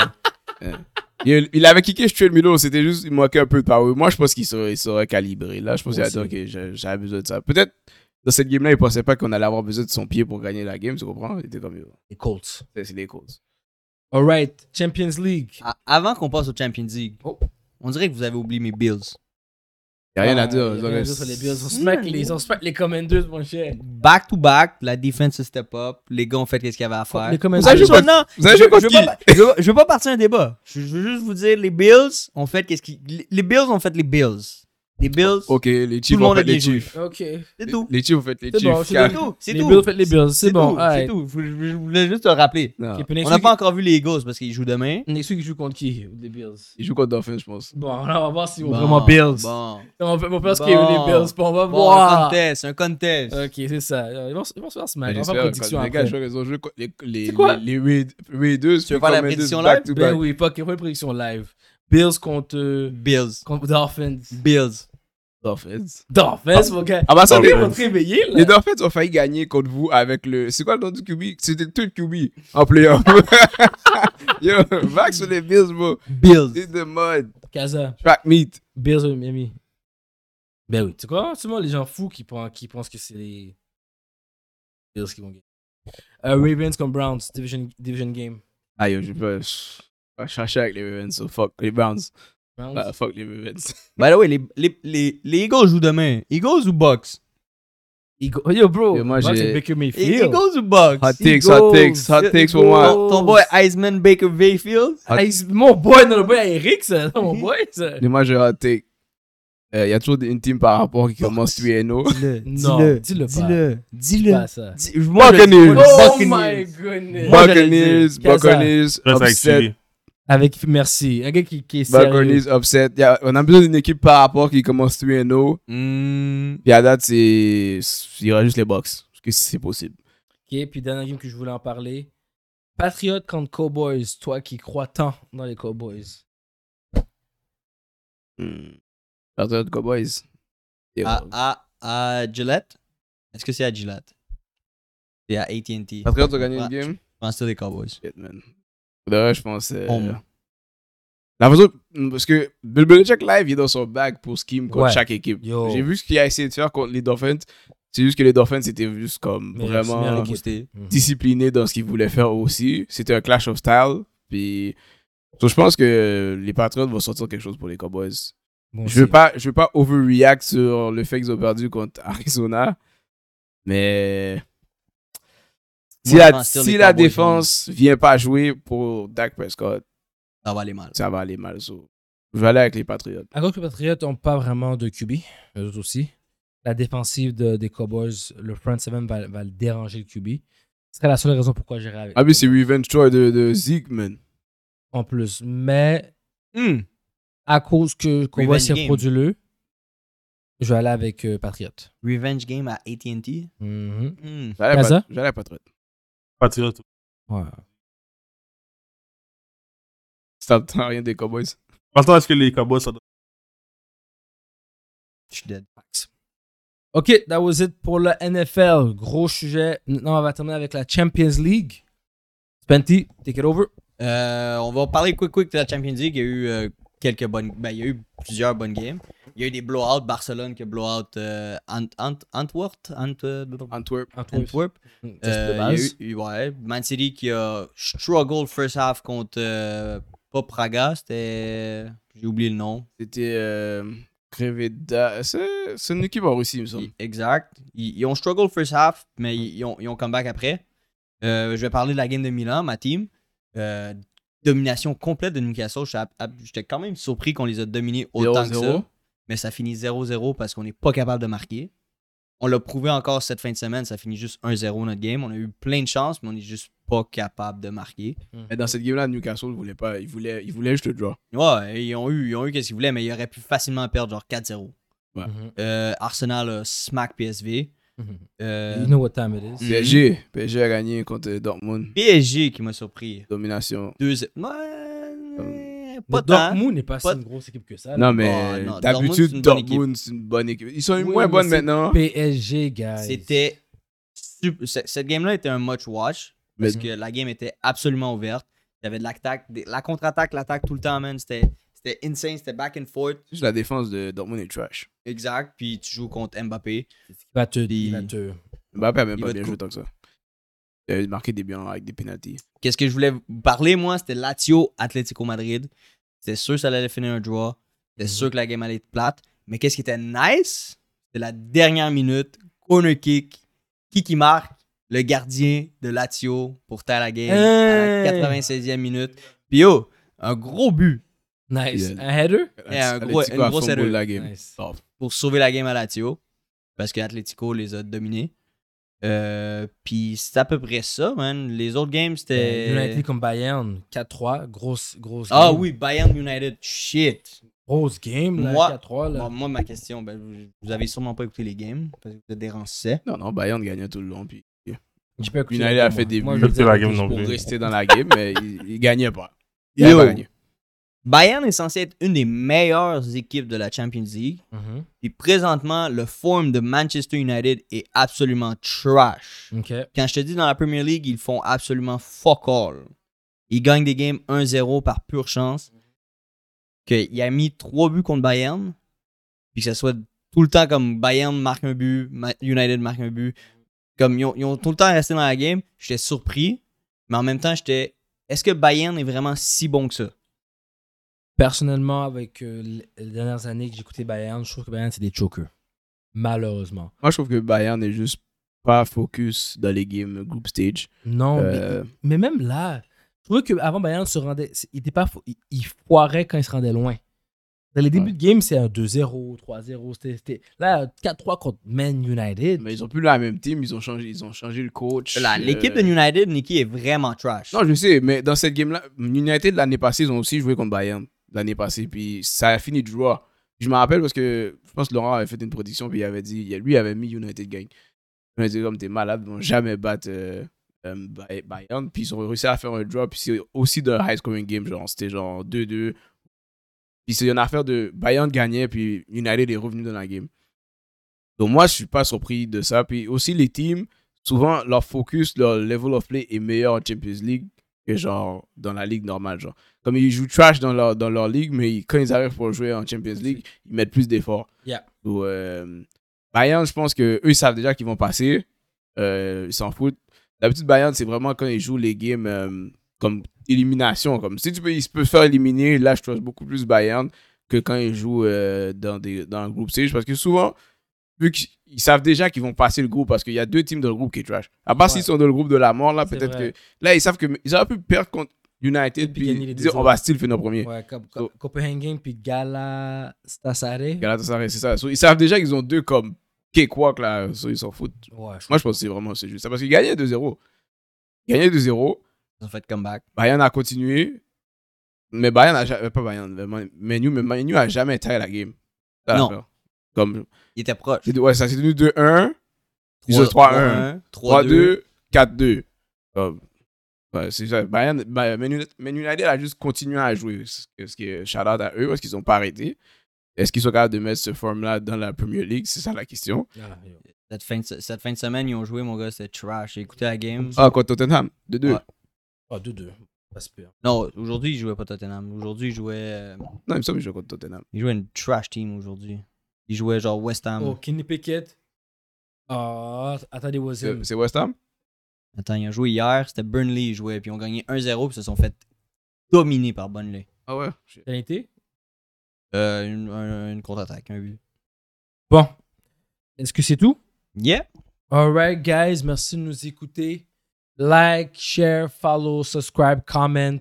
Speaker 3: euh, il- il avait kické Stuart Milo. C'était juste, il manquait un peu de power. Moi, je pense qu'il serait, il serait calibré. Là, je pense qu'il a dit
Speaker 2: Moi
Speaker 3: ok, j'ai- j'avais besoin de ça. Peut-être dans cette game-là, il pensait pas qu'on allait avoir besoin de son pied pour gagner la game. Tu comprends Il était comme Yo,
Speaker 2: Les Colts.
Speaker 3: c'est c'est les causes.
Speaker 2: Alright, Champions League.
Speaker 4: A- avant qu'on passe au Champions League,
Speaker 2: Ah, Oh.
Speaker 4: on dirait que vous avez oublié mes Bills.
Speaker 3: Il n'y a rien
Speaker 2: Ah,
Speaker 3: à dire.
Speaker 2: y a
Speaker 3: Ils
Speaker 2: rien
Speaker 3: ont-
Speaker 2: à dire sur les Bills. On smack les, on smack les Commanders, mon cher.
Speaker 4: Back to back, la défense step up, les gars ont fait ce qu'il y avait à faire.
Speaker 2: Les Commanders.
Speaker 4: Ah,
Speaker 3: savez
Speaker 4: juste
Speaker 3: pas-
Speaker 4: maintenant,
Speaker 3: vous savez
Speaker 4: je,
Speaker 3: pas contre
Speaker 4: je veux
Speaker 3: qui?
Speaker 4: pas, je veux- je veux pas partir un débat. Je, je veux juste vous dire, les Bills ont fait qu'est-ce qui, les Bills ont fait les Bills. Les Bills,
Speaker 3: Ok, les Chiefs
Speaker 4: le
Speaker 3: ont
Speaker 4: monde
Speaker 3: fait
Speaker 4: a bien
Speaker 3: les
Speaker 4: joué.
Speaker 3: Chiefs.
Speaker 2: Ok.
Speaker 4: c'est
Speaker 3: Les-
Speaker 4: tout.
Speaker 3: Les Chiefs, vous faites les
Speaker 2: C'est
Speaker 3: Chiefs.
Speaker 2: bon, c'est
Speaker 3: Car-
Speaker 4: C'est tout. C'est
Speaker 2: Les
Speaker 4: tout.
Speaker 2: Bills faites les Bills. C'est bon.
Speaker 4: tout, C'est
Speaker 2: alright.
Speaker 4: tout. Je, je- je voulais juste te rappeler.
Speaker 3: Non.
Speaker 2: Ok, puis next
Speaker 4: On n'a
Speaker 2: week-
Speaker 4: pas encore vu les Eagles parce qu'ils jouent demain.
Speaker 2: next week, ils jouent contre qui Les Bills.
Speaker 3: Ils jouent contre Dolphins, je pense.
Speaker 2: Bon, là, on va voir si on
Speaker 4: Bon,
Speaker 2: vraiment Bills.
Speaker 4: Bon,
Speaker 2: On va on va voir ce qu'il y a eu les
Speaker 4: Bon.
Speaker 2: Bills. Puis on va
Speaker 4: Bon, un
Speaker 2: voir.
Speaker 4: contest, un contest.
Speaker 2: Ok, c'est ça. Ils vont, se- Ah, ils vont se faire smack. On va faire
Speaker 3: J'espère
Speaker 2: prédiction
Speaker 3: que les gars,
Speaker 2: après.
Speaker 3: je vois qu'ils ont joué contre les, les,
Speaker 2: C'est quoi?
Speaker 3: les, les Raid- Raiders.
Speaker 4: veux faire la prédiction live?
Speaker 2: Ben oui, pas qu'il y ait pas une prédiction live. Bills contre, euh,
Speaker 4: Bills.
Speaker 2: contre Dolphins.
Speaker 4: Bills.
Speaker 3: Dolphins.
Speaker 2: Dolphins, mon gars.
Speaker 3: Ah, bah ça,
Speaker 5: Dolphins.
Speaker 3: les,
Speaker 2: On va te réveiller, là.
Speaker 3: les Dolphins ont failli gagner contre vous avec le. C'est quoi le nom du QB C'était tout le QB en playoff. Yo, back sur les Bills, bro.
Speaker 4: Bills.
Speaker 3: C'est de mode.
Speaker 2: Kaza.
Speaker 3: Track meet.
Speaker 2: Bills de Miami. Ben oui. Tu crois souvent les gens fous qui pensent, qui pensent que c'est les Bills qui vont gagner. Euh, Ravens contre Browns, division, division game.
Speaker 3: Ah, yo, je peux. Je vais chercher avec les Ravens. So fuck les Browns.
Speaker 2: Browns.
Speaker 3: Ah, fuck les Ravens.
Speaker 4: By the way, les, les, les, les Eagles jouent demain. Eagles ou Bucks?
Speaker 2: Eagle- oh, yo, bro.
Speaker 3: Yo, moi,
Speaker 2: Browns,
Speaker 3: j'ai-
Speaker 2: c'est Baker
Speaker 4: E-
Speaker 2: Mayfield.
Speaker 4: Eagles ou Bucks?
Speaker 3: Hot takes, hot takes, hot takes pour moi.
Speaker 4: Ton, ton boy Iceman Baker Mayfield?
Speaker 3: Hot-
Speaker 2: Hey, c'est Ah, mon boy, non, le boy à Eric, ça. Non, mon boy, ça.
Speaker 3: Mais moi, je hot take. Euh, Il y a toujours une team par rapport qui commence oh. 3-0.
Speaker 4: Dis-le,
Speaker 2: Non, dis-le pas.
Speaker 4: dis-le, dis-le.
Speaker 2: Pas ça.
Speaker 4: Dis- moi, je-
Speaker 3: Buccaneers.
Speaker 4: moi, je-
Speaker 2: Oh
Speaker 4: Buccaneers.
Speaker 2: my goodness.
Speaker 4: Moi, j'allais
Speaker 3: Buccaneers,
Speaker 2: dire.
Speaker 3: Buccaneers,
Speaker 5: Reste avec
Speaker 3: upset.
Speaker 5: Siri.
Speaker 2: Avec, merci. Un gars qui, qui est sérieux.
Speaker 3: Buccaneers upset. Y a- on a besoin d'une équipe par rapport qui commence 3-0.
Speaker 4: Hmm,
Speaker 3: Puis à date, c'est. Il y aura juste les box. Parce que c'est possible.
Speaker 2: Ok, puis dernière game que je voulais en parler. Patriote contre Cowboys, toi qui crois tant dans les Cowboys.
Speaker 4: Hmm.
Speaker 3: Partenaire de Cowboys. Et
Speaker 4: à,
Speaker 3: ouais.
Speaker 4: à, à Gillette? Est-ce que c'est à Gillette? C'est à AT&T. Je
Speaker 3: Patriotes ont gagné une
Speaker 4: Ouais.
Speaker 3: game.
Speaker 4: pense que c'est les Cowboys.
Speaker 3: Shit, man. Pour de vrai, je pense. euh,
Speaker 4: Home.
Speaker 3: La façon. Parce que Bill Belichick live, il est dans son bag pour scheme contre
Speaker 2: Ouais.
Speaker 3: chaque équipe.
Speaker 2: Yo.
Speaker 3: J'ai vu ce qu'il a essayé de faire contre les Dolphins. C'est juste que les Dolphins c'était juste comme
Speaker 2: Mais c'est bien
Speaker 3: vraiment.
Speaker 2: l'équipe.
Speaker 4: Boosté.
Speaker 2: Mhm.
Speaker 3: discipliné dans ce qu'il voulait faire aussi. C'était un clash of style. Puis, so, je pense que les Patriots vont sortir quelque chose pour les Cowboys.
Speaker 2: Bon,
Speaker 3: Je veux
Speaker 2: c'est-
Speaker 3: pas, je veux pas overreact sur le fait qu'ils ont perdu contre Arizona, mais si
Speaker 4: Moi,
Speaker 3: la,
Speaker 4: je pense que
Speaker 3: si
Speaker 4: les
Speaker 3: la
Speaker 4: Cowboys
Speaker 3: défense vient pas jouer pour Dak Prescott,
Speaker 4: Ça va aller mal.
Speaker 3: ça va aller mal. so. Je vais aller avec les Patriots.
Speaker 2: Alors que les Patriots n'ont pas vraiment de QB, eux autres aussi. La défensive de- des Cowboys, le front seven va, va le déranger le QB. Ce serait la seule raison pourquoi j'irais avec.
Speaker 3: Ah
Speaker 2: les
Speaker 3: oui, c'est
Speaker 2: Cowboys.
Speaker 3: Revenge Tour de, de Zeke, man.
Speaker 2: En plus. Mais
Speaker 4: Hmm.
Speaker 2: à cause que Cowboys
Speaker 4: Revenge
Speaker 2: c'est
Speaker 4: game.
Speaker 2: frauduleux, je vais aller avec euh, Patriots.
Speaker 4: Revenge game à AT&T?
Speaker 2: Mhm.
Speaker 4: Hmm.
Speaker 3: Je vais aller avec
Speaker 2: Kaza?
Speaker 3: Pat- je vais aller avec Patriots.
Speaker 5: Patriote.
Speaker 2: Ouais.
Speaker 3: Ça t'entend rien des Cowboys.
Speaker 5: Maintenant, est-ce que les Cowboys sont
Speaker 4: Je suis dead.
Speaker 2: Ok, that was it pour le NFL. Gros sujet. Maintenant, on va terminer avec la Champions League. Spenty, take it over.
Speaker 4: Euh, on va parler quick quick de la Champions League. Il y a eu euh, quelques bonnes. Ben, il y a eu plusieurs bonnes games. Il y a eu des blowouts. Barcelone qui a blowout euh, Ant, Ant, Antwerp. Ant- euh,
Speaker 3: Antwerp.
Speaker 4: Antwerp.
Speaker 2: Mm, Test
Speaker 4: Euh,
Speaker 2: de
Speaker 4: il y a
Speaker 2: base.
Speaker 4: eu- ouais, Man City qui a struggled first half contre. euh, pas Praga, c'était. J'ai oublié le nom.
Speaker 3: C'était euh, Creveda. C'est c'est une équipe en Russie, il me semble.
Speaker 4: I- Exact. Ils, ils ont struggled first half, mais ils, ils ont, ils ont come back après. Euh, je vais parler de la game de Milan, ma team. Euh, domination complète de Newcastle. J'étais ab- ab- J'étais quand même surpris qu'on les a dominés autant que
Speaker 3: 0-0.
Speaker 4: ça. Mais ça finit 0-0 parce qu'on n'est pas capable de marquer. On l'a prouvé encore cette fin de semaine, ça finit juste 1-0 notre game. On a eu plein de chances, mais on n'est juste pas capable de marquer.
Speaker 2: Mm.
Speaker 3: Mais dans cette game-là, Newcastle voulait pas. Il voulait, il voulait juste le draw.
Speaker 4: Ouais, ils ont eu, ils ont eu qu'est-ce qu'ils voulaient, mais ils auraient pu facilement perdre genre 4-0.
Speaker 2: Mhm.
Speaker 4: Euh, Arsenal a smack PSV.
Speaker 2: Mhm.
Speaker 4: Euh,
Speaker 2: You know what time it is.
Speaker 4: Mhm.
Speaker 3: PSG. PSG a gagné contre Dortmund.
Speaker 4: PSG qui m'a surpris.
Speaker 3: Domination.
Speaker 4: Deux. Ouais,
Speaker 2: Mais
Speaker 4: pas tant.
Speaker 2: Dortmund n'est pas,
Speaker 4: Pas-
Speaker 2: si une grosse équipe que ça. là.
Speaker 3: Non, mais
Speaker 4: non,
Speaker 3: d'habitude,
Speaker 4: Dortmund, c'est une bonne
Speaker 3: Dortmund, c'est une bonne équipe. Ils sont
Speaker 2: Oui,
Speaker 3: moins
Speaker 2: mais
Speaker 3: bonnes
Speaker 2: c'est
Speaker 3: maintenant. hein.
Speaker 2: PSG, guys.
Speaker 4: C'était. sup- ce- Cette game-là était un much watch parce
Speaker 3: Mais-
Speaker 4: que la game était absolument ouverte. Il y avait de l'attaque, des- la contre-attaque, l'attaque tout le temps, man. C'était c'était insane, c'était back and forth.
Speaker 3: Juste la défense de Dortmund est trash.
Speaker 4: Exact. Puis tu joues contre Mbappé.
Speaker 2: Il va te.
Speaker 4: Puis-
Speaker 2: Il va te.
Speaker 3: Mbappé a même
Speaker 4: Il
Speaker 3: pas
Speaker 4: va
Speaker 3: bien
Speaker 4: te
Speaker 3: joué tant que ça. Il a marqué des biens avec des pénalties.
Speaker 4: Qu'est-ce que je voulais vous parler, moi C'était Lazio, Atlético Madrid. C'était sûr que ça allait finir un draw. C'était
Speaker 2: Mhm.
Speaker 4: sûr que la game allait être plate. Mais qu'est-ce qui était nice C'était la dernière minute, corner kick. Qui qui marque Le gardien de Lazio pour taire la game à
Speaker 2: Hey!
Speaker 4: la 96e minute. Puis yo, un gros but
Speaker 2: Nice.
Speaker 3: Yeah.
Speaker 2: Un header?
Speaker 4: Eh, un
Speaker 3: Atletico
Speaker 4: gros-
Speaker 3: a
Speaker 4: une grosse
Speaker 3: fumble
Speaker 4: erreur.
Speaker 3: la game.
Speaker 2: Nice.
Speaker 3: Oh,
Speaker 4: pour sauver la game à Lazio parce que Atlético les a dominés. Euh, puis c'est à peu près ça, man. Les autres games, c'était.
Speaker 2: Euh, Ben, United comme Bayern, 4-3, grosse, grosse
Speaker 4: Ah
Speaker 2: game.
Speaker 4: oui, Bayern United. Shit.
Speaker 2: Grosse game, là,
Speaker 4: Moi-
Speaker 2: 4-3. Là.
Speaker 4: Bon, moi, ma question, ben, vous, vous avez sûrement pas écouté les games parce que vous êtes des rançais.
Speaker 3: Non, non, Bayern gagnait tout le long. Puis
Speaker 2: J'ai pas écouté
Speaker 3: United
Speaker 2: la
Speaker 3: a
Speaker 2: game,
Speaker 3: fait
Speaker 2: moi.
Speaker 3: des
Speaker 2: Moi,
Speaker 3: buts.
Speaker 2: je
Speaker 5: Pas écouté la
Speaker 2: sais
Speaker 5: game
Speaker 2: que je
Speaker 5: non
Speaker 3: pour
Speaker 2: peux-
Speaker 5: plus.
Speaker 3: rester dans la game, mais il, il gagnait pas. Il
Speaker 4: Yo.
Speaker 3: avait pas gagné.
Speaker 4: Bayern est censé être une des meilleures équipes de la Champions League.
Speaker 2: Mhm.
Speaker 4: Puis présentement, le form de Manchester United est absolument trash.
Speaker 2: Ok.
Speaker 4: Quand je te dis dans la Premier League, ils font absolument fuck all. Ils gagnent des games 1-0 par pure chance. Qu'il a mis 3 buts contre Bayern. Puis que ce soit tout le temps comme Bayern marque un but, Ma- United marque un but. Comme ils ont, ils ont tout le temps resté dans la game. J'étais surpris. Mais en même temps, j'étais. Est-ce que Bayern est vraiment si bon que ça?
Speaker 2: Personnellement, avec euh, les les dernières années que j'ai écouté Bayern, je trouve que Bayern, c'est des chokers. Malheureusement.
Speaker 3: Moi, je trouve que Bayern n'est juste pas focus dans les games group stage.
Speaker 2: Non,
Speaker 3: Euh,
Speaker 2: mais, mais même là, je trouvais qu'avant Bayern se rendait. c'est- Il, était pas, fo- il, il foirait quand il se rendait loin. Dans les débuts
Speaker 3: Ouais.
Speaker 2: de game, c'est un 2-0, 3-0. c'était- c'était- Là, 4-3 contre Man United.
Speaker 3: Mais ils ont plus la même team, ils ont changé, ils ont changé le coach.
Speaker 4: La-
Speaker 3: Euh,
Speaker 4: L'équipe de United, Nicky, est vraiment trash.
Speaker 3: Non, je sais, mais dans cette game-là, United l'année passée, ils ont aussi joué contre Bayern l'année passée, puis ça a fini de jouer. Je me rappelle parce que je pense que Laurent avait fait une prédiction, puis il avait dit, lui il avait mis United gagne. Il a dit comme t'es malade, ils vont jamais battre euh, euh, Bay- Bayern, puis ils ont réussi à faire un draw, puis c'est aussi d'un high scoring game, genre c'était genre 2-2. Puis c'est une affaire de Bayern gagnait, puis United est revenu dans la game. Donc moi, je suis pas surpris de ça. Puis aussi les teams, souvent leur focus, leur level of play est meilleur en Champions League que genre dans la ligue normale genre comme ils jouent trash dans leur dans leur ligue mais ils- quand ils arrivent pour jouer en Champions League ils mettent plus d'efforts
Speaker 2: Yeah.
Speaker 3: Donc, euh, Bayern je pense que eux ils savent déjà qu'ils vont passer Euh, ils s'en foutent d'habitude Bayern c'est vraiment quand ils jouent les games euh, comme élimination comme si tu peux ils se peuvent faire éliminer là je trouve beaucoup plus Bayern que quand ils jouent euh, dans des dans un groupe stage parce que souvent vu qu'ils ils savent déjà qu'ils vont passer le groupe parce qu'il y a deux teams dans le groupe qui est trash à part
Speaker 2: Ouais.
Speaker 3: s'ils sont dans le groupe de la mort là
Speaker 2: C'est
Speaker 3: peut-être que
Speaker 2: vrai.
Speaker 3: Là, ils savent qu'ils auraient pu perdre contre United,
Speaker 2: Puis
Speaker 3: puis,
Speaker 2: gagner les
Speaker 3: dire
Speaker 2: deux
Speaker 3: on va still finir premier.
Speaker 2: Ouais, comme, comme
Speaker 3: Oh.
Speaker 2: Copenhagen puis Galatasaray.
Speaker 3: Galatasaray, c'est ça. So, ils savent déjà qu'ils ont deux comme cakewalk là, so, ils s'en foutent.
Speaker 2: Ouais, je
Speaker 3: Moi, je pense que c'est vraiment c'est juste ça. Parce qu'ils gagnaient 2-0. Ils gagnaient 2-0.
Speaker 4: Ils ont fait comeback.
Speaker 3: Bayern a continué. Mais Bayern a jamais. Pas Bayern, mais Man- Menu, mais Menu a jamais taillé la game. Ça,
Speaker 4: Non.
Speaker 3: l'affaire. Comme,
Speaker 4: Ils étaient proches.
Speaker 3: c'est- ouais, ça s'est tenu 2-1, Ils ont 3-1, 3-2, 4-2. Comme, ouais, c'est ça. Bayern, Bayern- Man United- Man United a juste continué à jouer. Ce qui est shout out à eux parce qu'ils n'ont pas arrêté. Est-ce qu'ils sont capables de mettre ce forme-là dans la Premier League C'est ça la question.
Speaker 2: Ah, yo.
Speaker 4: Cette fin, de, se- cette fin de semaine, ils ont joué, mon gars, c'était trash. J'ai écouté la game.
Speaker 3: Ah, contre Tottenham, 2-2.
Speaker 4: Ouais.
Speaker 2: Ah, 2-2. Ça se peut. hein.
Speaker 4: Non, aujourd'hui, il jouait pas Tottenham. Aujourd'hui, il jouait. euh,
Speaker 3: Non, il me semble que je joue contre Tottenham.
Speaker 4: Il jouait une trash team aujourd'hui. Il jouait genre West
Speaker 3: Hum.
Speaker 4: Ham.
Speaker 2: Oh, Kenny Pickett. Ah, attendez, was him.
Speaker 3: C'est c'est West Ham?
Speaker 4: Attends, il a joué hier, c'était Burnley, ils jouaient, puis ils ont gagné 1-0, puis ils se sont fait dominer par Burnley.
Speaker 3: Ah ouais? Shit.
Speaker 2: Pénalité?
Speaker 4: Euh, une un- une contre-attaque, un but.
Speaker 2: Bon. Est-ce que c'est tout?
Speaker 4: Yeah!
Speaker 2: Alright, guys. Merci de nous écouter. Like, share, follow, subscribe, comment.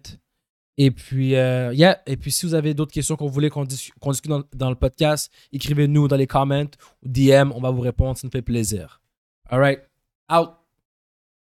Speaker 2: Et puis, euh, yeah. Et puis, si vous avez d'autres questions qu'on voulait qu'on dis- qu'on discute dans, dans le podcast, écrivez-nous dans les comments ou DM. On va vous répondre. Ça nous fait plaisir. Alright. Out.